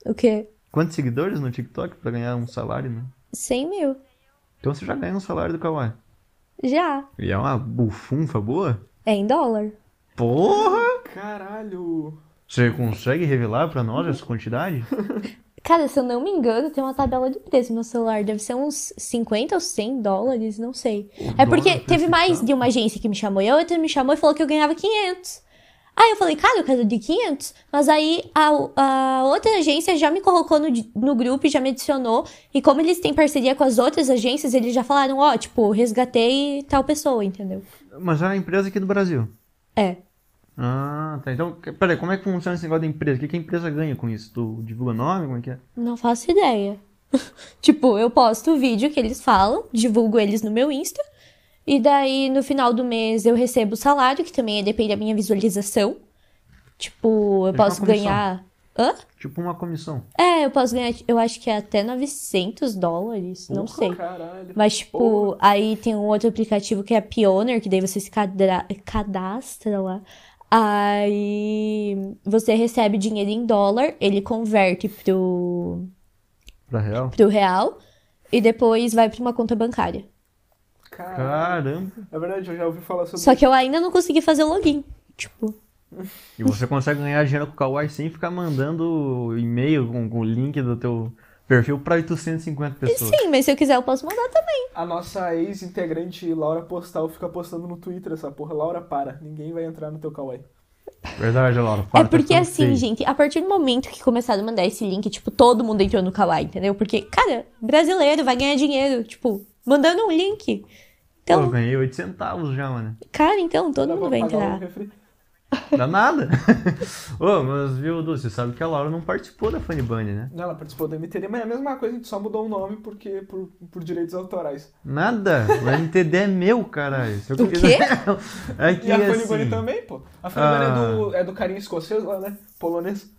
C: O quê?
A: Quantos seguidores no TikTok pra ganhar um salário, né?
C: 100 mil.
A: Então você já ganha um salário do Kawaii.
C: Já.
A: E é uma bufunfa boa?
C: É em dólar.
A: Porra!
B: Caralho.
A: Você consegue revelar pra nós essa quantidade?
C: Cara, se eu não me engano, tem uma tabela de preço no meu celular. Deve ser uns 50 ou 100 dólares, não sei. É
A: dólar
C: porque
A: foi
C: teve mais
A: fixado?
C: de uma agência que me chamou. E a outra me chamou e falou que eu ganhava 500. Aí eu falei, cara, eu quero de 500. Mas aí a, a outra agência já me colocou no, di- no grupo e já me adicionou. E como eles têm parceria com as outras agências, eles já falaram, ó, tipo, resgatei tal pessoa, entendeu?
A: Mas é uma empresa aqui do Brasil.
C: É.
A: Ah, tá. Então, que- peraí, como é que funciona esse negócio da empresa? O que que a empresa ganha com isso? Tu divulga nome? Como é que é?
C: Não faço ideia. tipo, eu posto o vídeo que eles falam, divulgo eles no meu Insta. E daí, no final do mês, eu recebo o salário, que também depende da minha visualização. Tipo, eu
A: Tem uma
C: posso
A: comissão.
C: ganhar. Hã?
A: Tipo uma comissão.
C: É, eu posso ganhar, eu acho que é até 900 dólares, não sei.
B: Caralho.
C: Mas, tipo,
B: Porra.
C: aí tem um outro aplicativo que é a Pioneer, que daí você se cadra- cadastra lá. Aí você recebe dinheiro em dólar, ele converte pro,
A: Pra real?
C: pro real e depois vai pra uma conta bancária.
B: Cara,
A: Caramba.
B: na É verdade, eu já ouvi falar sobre
C: Só que eu ainda não consegui fazer login. Tipo,
A: E você consegue ganhar dinheiro com o Kawaii sem ficar mandando e-mail com, com o link do teu perfil pra 850 pessoas.
C: sim, mas se eu quiser eu posso mandar também.
B: a nossa ex-integrante Laura Postal fica postando no Twitter essa porra. Laura, para. Ninguém vai entrar no teu kawaii.
A: Verdade, Laura.
C: É
A: para, tá
C: porque
A: ficando
C: assim,
A: feio.
C: gente, a partir do momento que começaram a mandar esse link, tipo, todo mundo entrou no Kawaii, entendeu? Porque, cara, brasileiro vai ganhar dinheiro, tipo, mandando um link.
A: Pô,
C: Então,
A: eu ganhei 8 centavos já, mano.
C: cara, então todo
B: Dá pra
C: mundo vai
B: pagar um
C: entrar.
B: refri?
A: Dá nada. Ô, mas viu, Du, você sabe que a Laura não participou da Funny né?
B: Não, ela participou do MTD, mas é a mesma coisa, a gente só mudou o nome porque, por, por direitos autorais.
A: Nada. O MTD é meu, caralho. Se eu
C: O
A: quiser-
C: quê?
A: É
B: E
A: que
B: a
A: assim, Ah.
B: Funibone também, pô. A Funibone é, do, é do carinha escocês lá, né? Polonês.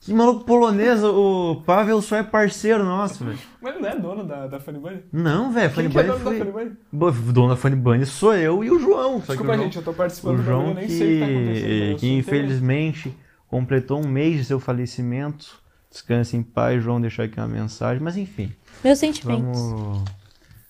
A: Que maluco polonês, o Pavel só é parceiro nosso, velho.
B: Mas ele não é dono da, da Funibone?
A: Não, velho,
B: Quem que é
A: Funibunny
B: dono da
A: foi...
B: Funibone?
A: Bo- Dono da Funibunny sou eu e o João. Só que
B: Desculpa,
A: o João,
B: gente, eu tô participando
A: o
B: do
A: João
B: programa, eu nem
A: que,
B: sei o que tá acontecendo. eu
A: que
B: sou
A: infelizmente completou um mês de seu falecimento. Descanse em paz, João, deixar aqui uma mensagem. Mas enfim,
C: Meus sentimentos.
A: vamos...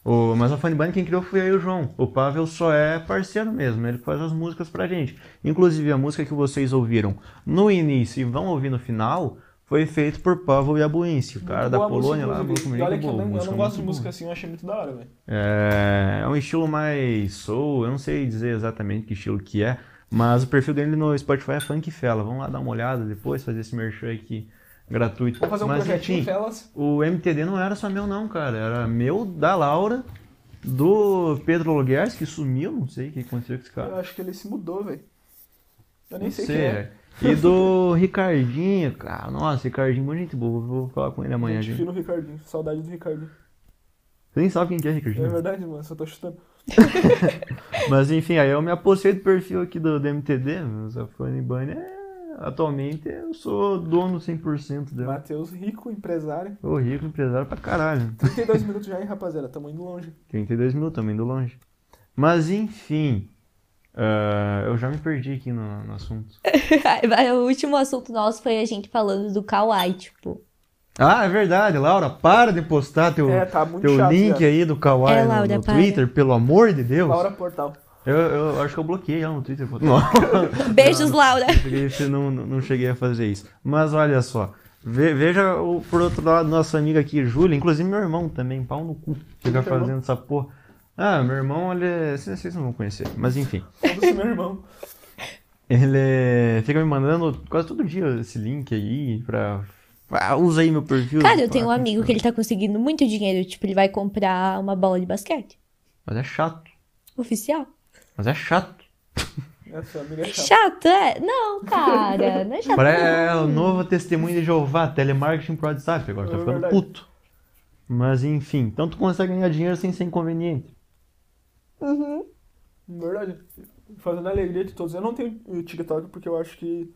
A: O, mas a Funibunny quem criou foi eu e o João. O Pavel só é parceiro mesmo, ele faz as músicas pra gente. Inclusive, a música que vocês ouviram no início e vão ouvir no final... Foi feito por Pavel Yabuinski, o cara
B: Muito
A: da
B: boa a música,
A: Polônia lá.
B: inclusive.
A: Boa,
B: E olha que eu
A: boa,
B: não, eu não
A: muito
B: gosto de
A: boa.
B: música assim, eu achei muito da hora, velho.
A: É, é um estilo mais soul, eu não sei dizer exatamente que estilo que é, mas o perfil dele no Spotify é Funk Fela. Vamos lá dar uma olhada depois, fazer esse merchan aqui gratuito.
B: Vamos fazer um
A: Mas
B: projetinho
A: enfim,
B: Felas.
A: o MTD não era só meu não, cara, era meu, da Laura, do Pedro Logueres, que sumiu, não sei o que aconteceu com esse
B: Eu
A: cara.
B: acho que ele se mudou, velho. Eu nem
A: tá. Não
B: sei,
A: sei,
B: quem é.
A: velho. E do Ricardinho, cara, nossa, Ricardinho, muito gente boa, vou falar com ele amanhã,
B: Gente
A: gente.
B: fina o Ricardinho, saudade do Ricardinho.
A: Você nem sabe quem que é
B: É
A: Ricardinho.
B: verdade, mano, só tô chutando.
A: Mas enfim, aí eu me apossei do perfil aqui do, do MTD, mas a Fanny Bunny é. Atualmente eu sou dono 100% dela.
B: Matheus, rico empresário.
A: Ô, rico, empresário pra caralho.
B: 32 minutos já, hein, rapaziada? Tamo indo longe.
A: 32 mil também do longe. Mas enfim. ah, eu já me perdi aqui no, no assunto.
C: o último assunto nosso foi a gente falando do Kawaii, tipo.
A: Ah, é verdade, Laura, para de postar teu,
B: É, tá muito
A: teu
B: chato,
A: link
B: já.
A: aí do Kawaii
C: É,
A: no-
C: Laura,
A: no,
C: para.
A: Twitter, pelo amor de Deus.
B: Laura Portal.
A: Eu, eu acho que eu bloqueei ela no Twitter. Não.
C: Beijos, Laura.
A: Porque eu não, não, não cheguei a fazer isso. Mas olha só. ve- Veja o, por outro lado, nossa amiga aqui, Júlia, inclusive meu irmão também, pau no cu, fica
B: Teu irmão?
A: fazendo essa porra. Ah, meu irmão, ele é. Vocês vocês não vão conhecer, mas enfim.
B: Foda-se, meu irmão.
A: Ele é- fica me mandando quase todo dia esse link aí pra. Ah, usa aí meu perfil.
C: Cara, eu
A: pra-
C: tenho um amigo que ele tá conseguindo muito dinheiro, tipo, ele vai comprar uma bola de basquete.
A: Mas é chato.
C: Oficial.
A: Mas é chato.
B: Essa amiga é chata.
C: Chato, é? Não, cara, não é chato.
A: Parece
C: não.
A: é o novo testemunho de Jeová, telemarketing pro WhatsApp. Agora tá
B: É
A: ficando
B: verdade.
A: puto. Mas enfim, então tu consegue ganhar dinheiro sem ser inconveniente.
B: Na Verdade. Fazendo a alegria de todos. Eu não tenho o TikTok porque eu acho que,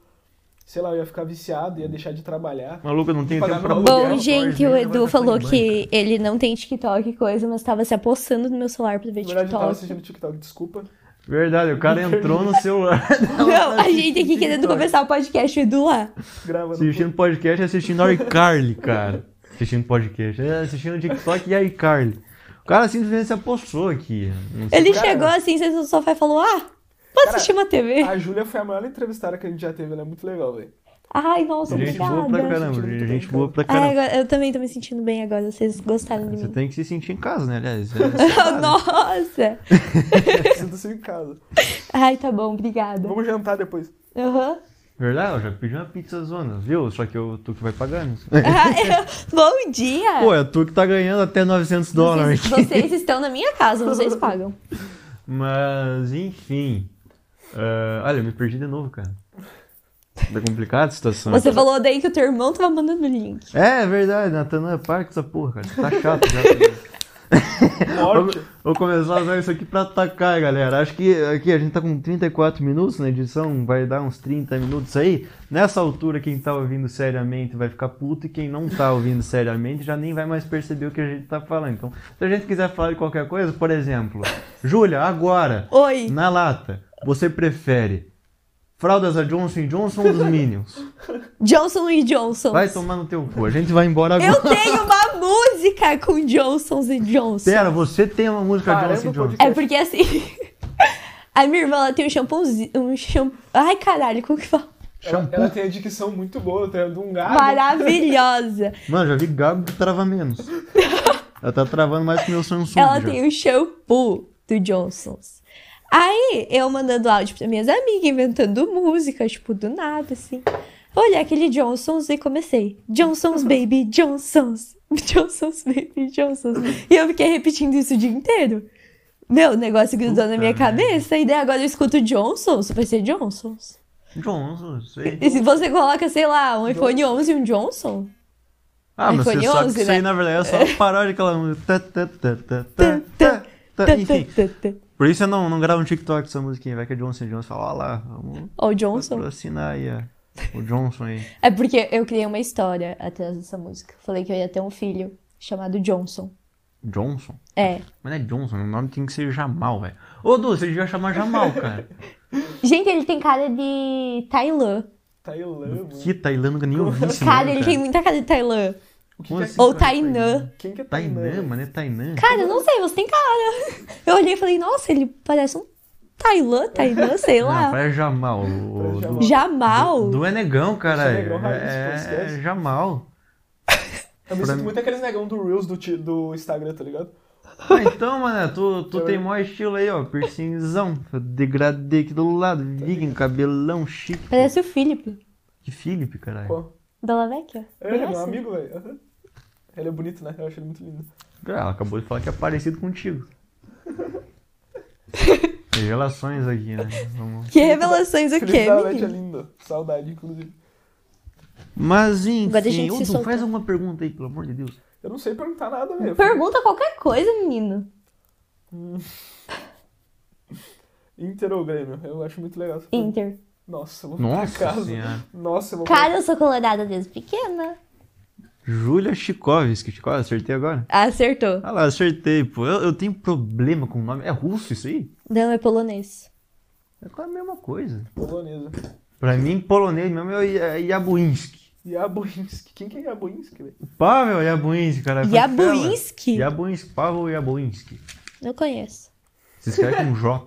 B: sei lá, eu ia ficar viciado, ia deixar de trabalhar.
A: Maluco, eu não tenho
B: Pagar
A: tempo pra
B: meu
C: Bom,
B: aluguel,
A: alugar,
C: gente,
A: rapaz,
C: o
A: nem vai
C: Edu
A: dar
C: falou
A: banho,
C: que ele não tem TikTok e coisa, mas tava se apossando no meu celular pra ver
B: Na verdade, eu tava assistindo
C: TikTok.
B: TikTok, desculpa.
A: cara. Verdade, o cara entrou no celular,
C: Não, a gente aqui querendo
A: TikTok.
C: começar o podcast, o Edu lá.
B: Gravando.
A: assistindo podcast e assistindo iCarly, cara. Assistindo podcast, é, assistindo TikTok e iCarly. O cara simplesmente se apossou aqui. Não sei-
C: Ele
B: Cara.
C: chegou assim, você no sofá e falou: Ah, pode
B: Cara,
C: assistir uma TV.
B: A Júlia foi a maior entrevistada que a gente já teve, ela é muito legal, velho.
C: Ai, nossa,
A: Gente boa pra
C: obrigada.
A: caramba,
B: Sentindo muito
A: gente
B: bem,
A: boa pra
C: Ai,
A: caramba.
C: agora- eu também tô me sentindo bem agora, vocês gostaram de
A: Você
C: mim.
A: tem que se sentir em casa, né, aliás? É-
C: Nossa!
B: Sinta-se em casa.
C: Ai, tá bom, obrigada.
B: Vamos jantar depois. Um
C: Aham.
A: Verdade, eu já pedi uma pizza zona, viu? Só que eu, tu que vai pagando.
C: É. Ai, Bom dia!
A: Pô, é tu que tá ganhando até 900 dólares.
C: Vocês, vocês estão na minha casa, vocês pagam.
A: Mas, enfim. Ah, olha, eu me perdi de novo, cara. Tá complicada a situação.
C: Você falou daí que o teu irmão tava mandando o link.
A: É, é verdade, Natanael Park, essa porra, cara. Tá chato já. vou,
B: Morte.
A: vou começar a usar isso aqui pra atacar, galera. Acho que aqui a gente tá com 34 minutos na edição, vai dar uns 30 minutos aí. Nessa altura, quem tá ouvindo seriamente vai ficar puto e quem não tá ouvindo seriamente já nem vai mais perceber o que a gente tá falando. Então, se a gente quiser falar de qualquer coisa, por exemplo, Júlia, agora,
C: Oi!
A: na lata, você prefere fraldas da Johnson Johnson ou dos Minions?
C: Johnson e Johnson.
A: Vai tomar no teu cu, a gente vai embora agora.
C: Eu tenho uma música com Johnsons e Johnson.
A: Pera, você tem uma música
B: Caramba,
A: Johnson
B: pode-
A: Johnson.
C: É porque assim. A minha irmã ela tem um shampoozinho. Um shampoo... Ai, caralho, como que fala?
B: Ela,
A: Shampoo.
B: ela tem a dicção muito boa, tem a de um gato.
C: Maravilhosa.
A: Mano, já vi Gabo que trava menos. Ela tá travando mais que meu Samsung.
C: Ela
A: já.
C: tem o shampoo do Johnson's. Aí eu mandando áudio pra minhas amigas, inventando música, tipo, do nada, assim. Olha aquele Johnson's e comecei. Johnson's Baby Johnson's. Johnson's Baby Johnson's. E eu fiquei repetindo isso o dia inteiro. Meu, o negócio grudou na
A: Puta
C: minha
A: merda.
C: cabeça. E daí agora eu escuto Johnson's, vai ser Johnson's.
A: Johnson, sei.
C: E se você coloca, sei lá, um iPhone 11 e um Johnson.
A: Ah, mas você
C: iPhone
A: sabe
C: 11,
A: que isso aí,
C: né?
A: na verdade, é só uma paródia daquela música. Tá, tá, tá, tá, tá, tá, tá.
C: tã, tã,
A: Enfim,
C: tã, tã.
A: por isso eu não, não gravo um TikTok essa musiquinha. Vai que é Johnson Johnson. Fala, ó lá, vamos
C: Ó, o Johnson.
A: patrocinar aí a- o Johnson aí.
C: É porque eu criei uma história atrás dessa música. Falei que eu ia ter um filho chamado Johnson.
A: Johnson?
C: É.
A: Mas não é Johnson, o nome tem que ser Jamal, velho. Ô, Du, você devia chamar Jamal, cara.
C: Gente, ele tem cara de Tailã.
B: Tailã, mano.
A: que Tailã, nunca nem ouvi esse
C: Cara,
A: nome,
C: ele tem muita cara de Tailã.
B: O que
A: Como
B: que
A: assim,
C: Ou
A: cara,
C: Tainã.
B: Quem que é Tainã?
A: Tainã, mano, é Tainã.
C: Cara, eu não sei, você tem cara. Eu olhei e falei, nossa, ele parece um Tailã, Tainã, sei
A: Não,
C: lá.
A: parece Jamal. O, o,
B: Parece
A: Du,
B: Jamal.
C: Jamal.
A: Du é negão, cara.
B: Isso é negão raiz,
A: É-
B: pô, esquece.
A: é Jamal.
B: Eu me
A: Pra
B: sinto
A: mim-
B: muito aqueles negão do Reels do, ti- do Instagram, tá ligado?
A: Ah, então, mano, tu, tu
B: Eu-
A: tem maior estilo aí, ó. Piercingzão, degradê aqui do lado, viking, cabelão chique. pô.
C: Parece o Felipe,
A: Que Felipe, caralho.
B: é assim. Qual?
C: da Lavecchia.
B: É, ele é meu
C: Conhece?
B: amigo, velho. Aham. Ele é bonito, né? Eu acho ele muito lindo.
A: Ah, ela acabou de falar que é parecido contigo. Tem relações aqui, né? Vamos-
C: Que revelações o quê,
B: Felicidade é
C: menino?
B: lindo. Saudade, inclusive.
A: Mas,
C: Agora a
A: enfim,
C: gente
A: ô,
C: se
A: Du,
C: soltou.
A: faz alguma pergunta aí, pelo amor de Deus.
B: Eu não sei perguntar nada, velho.
C: Pergunta qualquer coisa, menino.
B: Inter ou Grêmio? Eu acho muito legal. essa pergunta.
C: Inter.
B: Nossa, eu vou pra
A: Nossa
B: casa.
A: senhora.
B: Nossa, eu vou
C: Cara, eu sou colorada desde pequena.
A: Júlia Chikovski. Chikovski, acertei agora?
C: Acertou.
A: Ah lá, acertei, pô. Eu, eu tenho problema com o nome. É russo isso aí?
C: Não, é polonês.
A: É quase a mesma coisa.
B: pra polonesa.
A: Pra mim, polonês mesmo é o Ya- Yabuinski.
B: Iabuinski. Quem que é Iabuinski, velho?
A: Pavel Yabuinski, cara.
C: Yabuinski?
A: Yabuinski, Pavel Yabuinski.
C: Não conheço.
A: Se escreve com um J.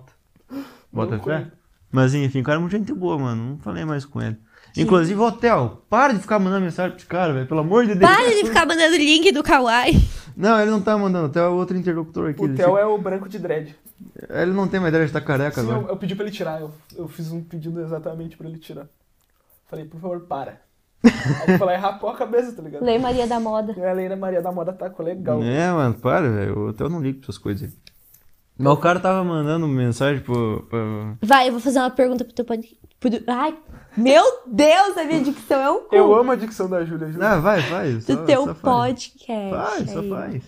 A: Bota
B: Não
A: fé?
B: conheço.
A: Mas enfim, o cara é muito gente boa, mano. Não falei mais com ele. Inclusive, hotel, para de ficar mandando mensagem pros caras, velho. Pelo amor de Deus.
C: Para de ficar mandando link do Kawaii.
A: Não, ele não tá mandando. O Theo é outro interlocutor aqui.
B: O
A: Ele,
B: Theo
A: fica-
B: é o branco de dread.
A: ele não tem mais ideia de estar careca
B: Sim, é um eu,
A: agora.
B: eu pedi pra ele tirar. Eu, eu fiz um pedido exatamente pra ele tirar. Falei, por favor, para. Aí falei, rapou a cabeça, tá ligado?
C: Lei Maria da Moda.
B: E a Leila Maria da Moda tacou legal.
A: É, mano, para, velho. O Theo não liga pra essas coisas aí. Mas o cara tava mandando mensagem pro. pro-
C: Vai, eu vou fazer uma pergunta pro teu podcast. Ai, meu Deus, a minha dicção é um cu.
B: Eu amo a dicção da Júlia, Júlia.
A: Ah, vai, vai.
C: Do
A: Só,
C: teu
A: só faz.
C: podcast.
A: Faz, só
C: aí.
A: faz.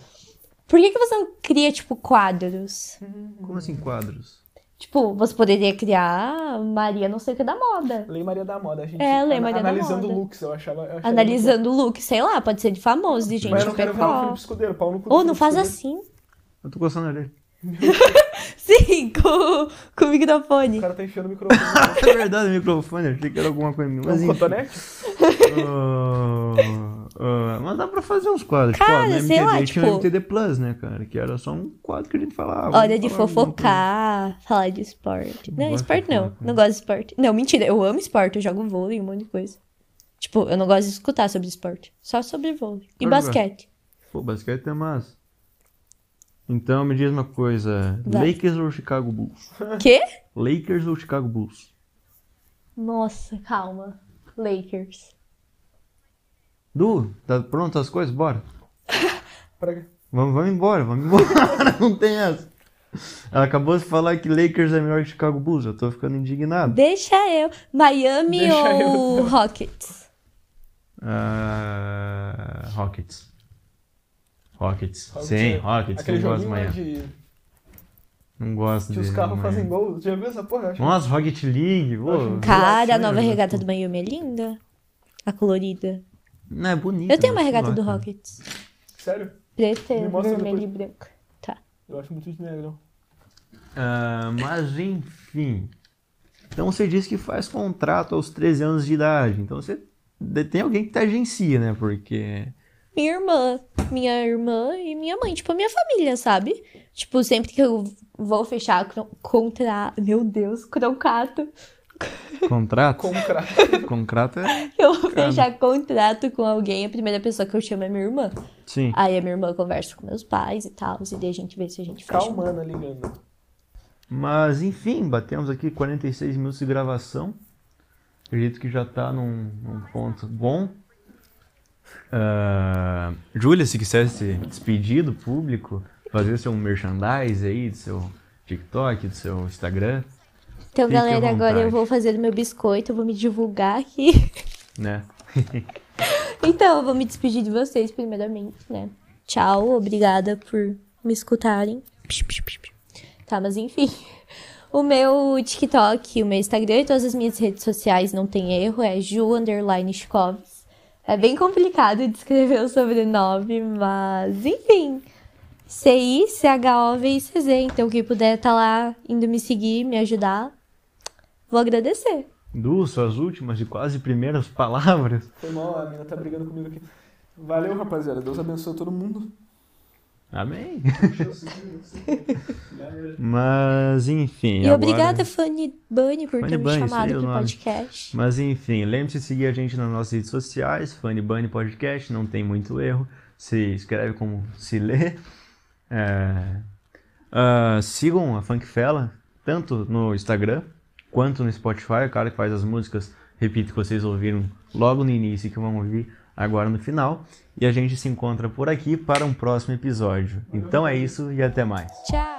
C: Por que, que você não cria, tipo, quadros?
A: Como assim, quadros?
C: Tipo, você poderia criar Maria não sei o que da moda.
B: Lei Maria da Moda, a gente.
C: É, Lei
B: ana-
C: Maria da
B: analisando
C: Moda.
B: looks, eu achava. eu achava
C: Analisando o look, sei lá, pode ser de famoso, de
B: muito-
C: gente
B: Mas eu não quero ver o
C: pecó.
B: Felipe Escudeiro, Paulo
C: Ou não faz assim.
A: Eu tô gostando dele.
C: Sim, com, com o microfone.
B: O cara tá enfiando o microfone. no-
A: É verdade, o microfone, achei que era alguma coisa minha. Mas,
B: no
A: enfim,
B: cotonete?
A: ah, ah, mas dá pra fazer uns quadros.
C: Cara,
A: tipo, ó, no
C: sei lá,
A: MTD tinha o
C: tipo-
A: MTD Plus, né, cara? Que era só um quadro que a gente falava.
C: Olha, de
A: falava alguma coisa.
C: fofocar, falar de esporte.
A: Não
C: Não,
A: gosto de
C: esporte não.
A: fofoca.
C: Não gosto de esporte. Não, mentira, eu amo esporte, eu jogo vôlei, um monte de coisa. Tipo, eu não gosto de escutar sobre esporte. Só sobre vôlei. E
A: Eu
C: basquete.
A: Pô, basquete é massa. Então, me diz uma coisa.
C: Vai.
A: Lakers ou Chicago Bulls?
C: Quê?
A: Lakers ou Chicago Bulls?
C: Nossa, calma. Lakers.
A: Du, tá pronto as coisas? Bora.
B: Pra quê?
A: Vamos, vamos embora, vamos embora. Não tem essa. Ela acabou de falar que Lakers é melhor que Chicago Bulls. Eu tô ficando indignado.
C: Deixa eu. Miami
B: Deixa
C: ou Rockets?
A: Ah, Rockets. Rockets.
B: Rockets
A: Sim,
B: é-
A: Rockets.
B: Aquele
A: Não gosto
B: joguinho
A: de
B: lá
A: manhã.
B: de.
A: Não gosto
B: Que
A: de
B: os carros
A: manhã.
B: fazem um gols. Já viu essa porra? Eu acho
A: Nossa, Rocket League. pô.
B: Nossa,
C: Cara,
A: Nossa,
C: a nova
A: né?
C: regata do Miami é linda. A colorida.
A: Não, é bonito.
C: Eu tenho uma regata do Rockets.
B: Sério?
C: Preta,
B: Me mostra
C: vermelha e
B: depois.
C: branca. Tá.
B: Eu acho muito de negrão.
A: Ah, mas enfim. Então você diz que faz contrato aos 13 anos de idade. Então você de- tem alguém que te agencia, né? Porque
C: minha irmã, minha irmã e minha mãe, tipo, a minha família, sabe? Tipo, sempre que eu vou fechar a cron- contra, meu Deus, croncato,
A: Contrato?
B: Concra.
A: Contrato é.
C: eu vou fechar contrato com alguém, a primeira pessoa que eu chamo é minha irmã.
A: Sim.
C: Aí a minha irmã conversa com meus pais e tal, e daí a gente vê se a gente fecha.
B: Calmana ligando.
A: Mas enfim, batemos aqui 46 minutos de gravação. Acredito que já tá num, num ponto bom. Ah, Júlia, se quiser se despedir do público, fazer seu merchandise aí, do seu TikTok, do seu Instagram,
C: Então,
A: Fique à
C: galera, agora
A: vontade.
C: eu vou fazer o meu biscoito, eu vou me divulgar aqui.
A: né?
C: Então, eu vou me despedir de vocês primeiramente, né? Tchau, obrigada por me escutarem. Pish, pish, pish, pish. Tá, mas enfim. O meu TikTok, o meu Instagram e todas as minhas redes sociais não tem erro, é Ju underline Chkovs. É bem complicado de escrever o sobrenome, mas enfim. CI, CHO, VICZ. Então, quem puder tá lá indo me seguir, me ajudar, vou agradecer.
A: Du, suas últimas e quase primeiras palavras.
B: Foi mal, a mina tá brigando comigo aqui. Valeu, rapaziada. Deus abençoe todo mundo.
A: Amém. Mas enfim.
C: E
A: agora-
C: obrigada, Fanny Bunny, por
A: Fanny
C: ter me
A: Bunny,
C: chamado
A: seria o
C: pro
A: nome.
C: podcast.
A: Mas enfim, lembre-se de seguir a gente nas nossas redes sociais, Funny Podcast, não tem muito erro. Se escreve como se lê. É, ah, sigam a Funk Fela, tanto no Instagram quanto no Spotify, o cara que faz as músicas, repito, que vocês ouviram logo no início e que vão ouvir agora no final. E a gente se encontra por aqui para um próximo episódio. Então é isso e até mais.
C: Tchau!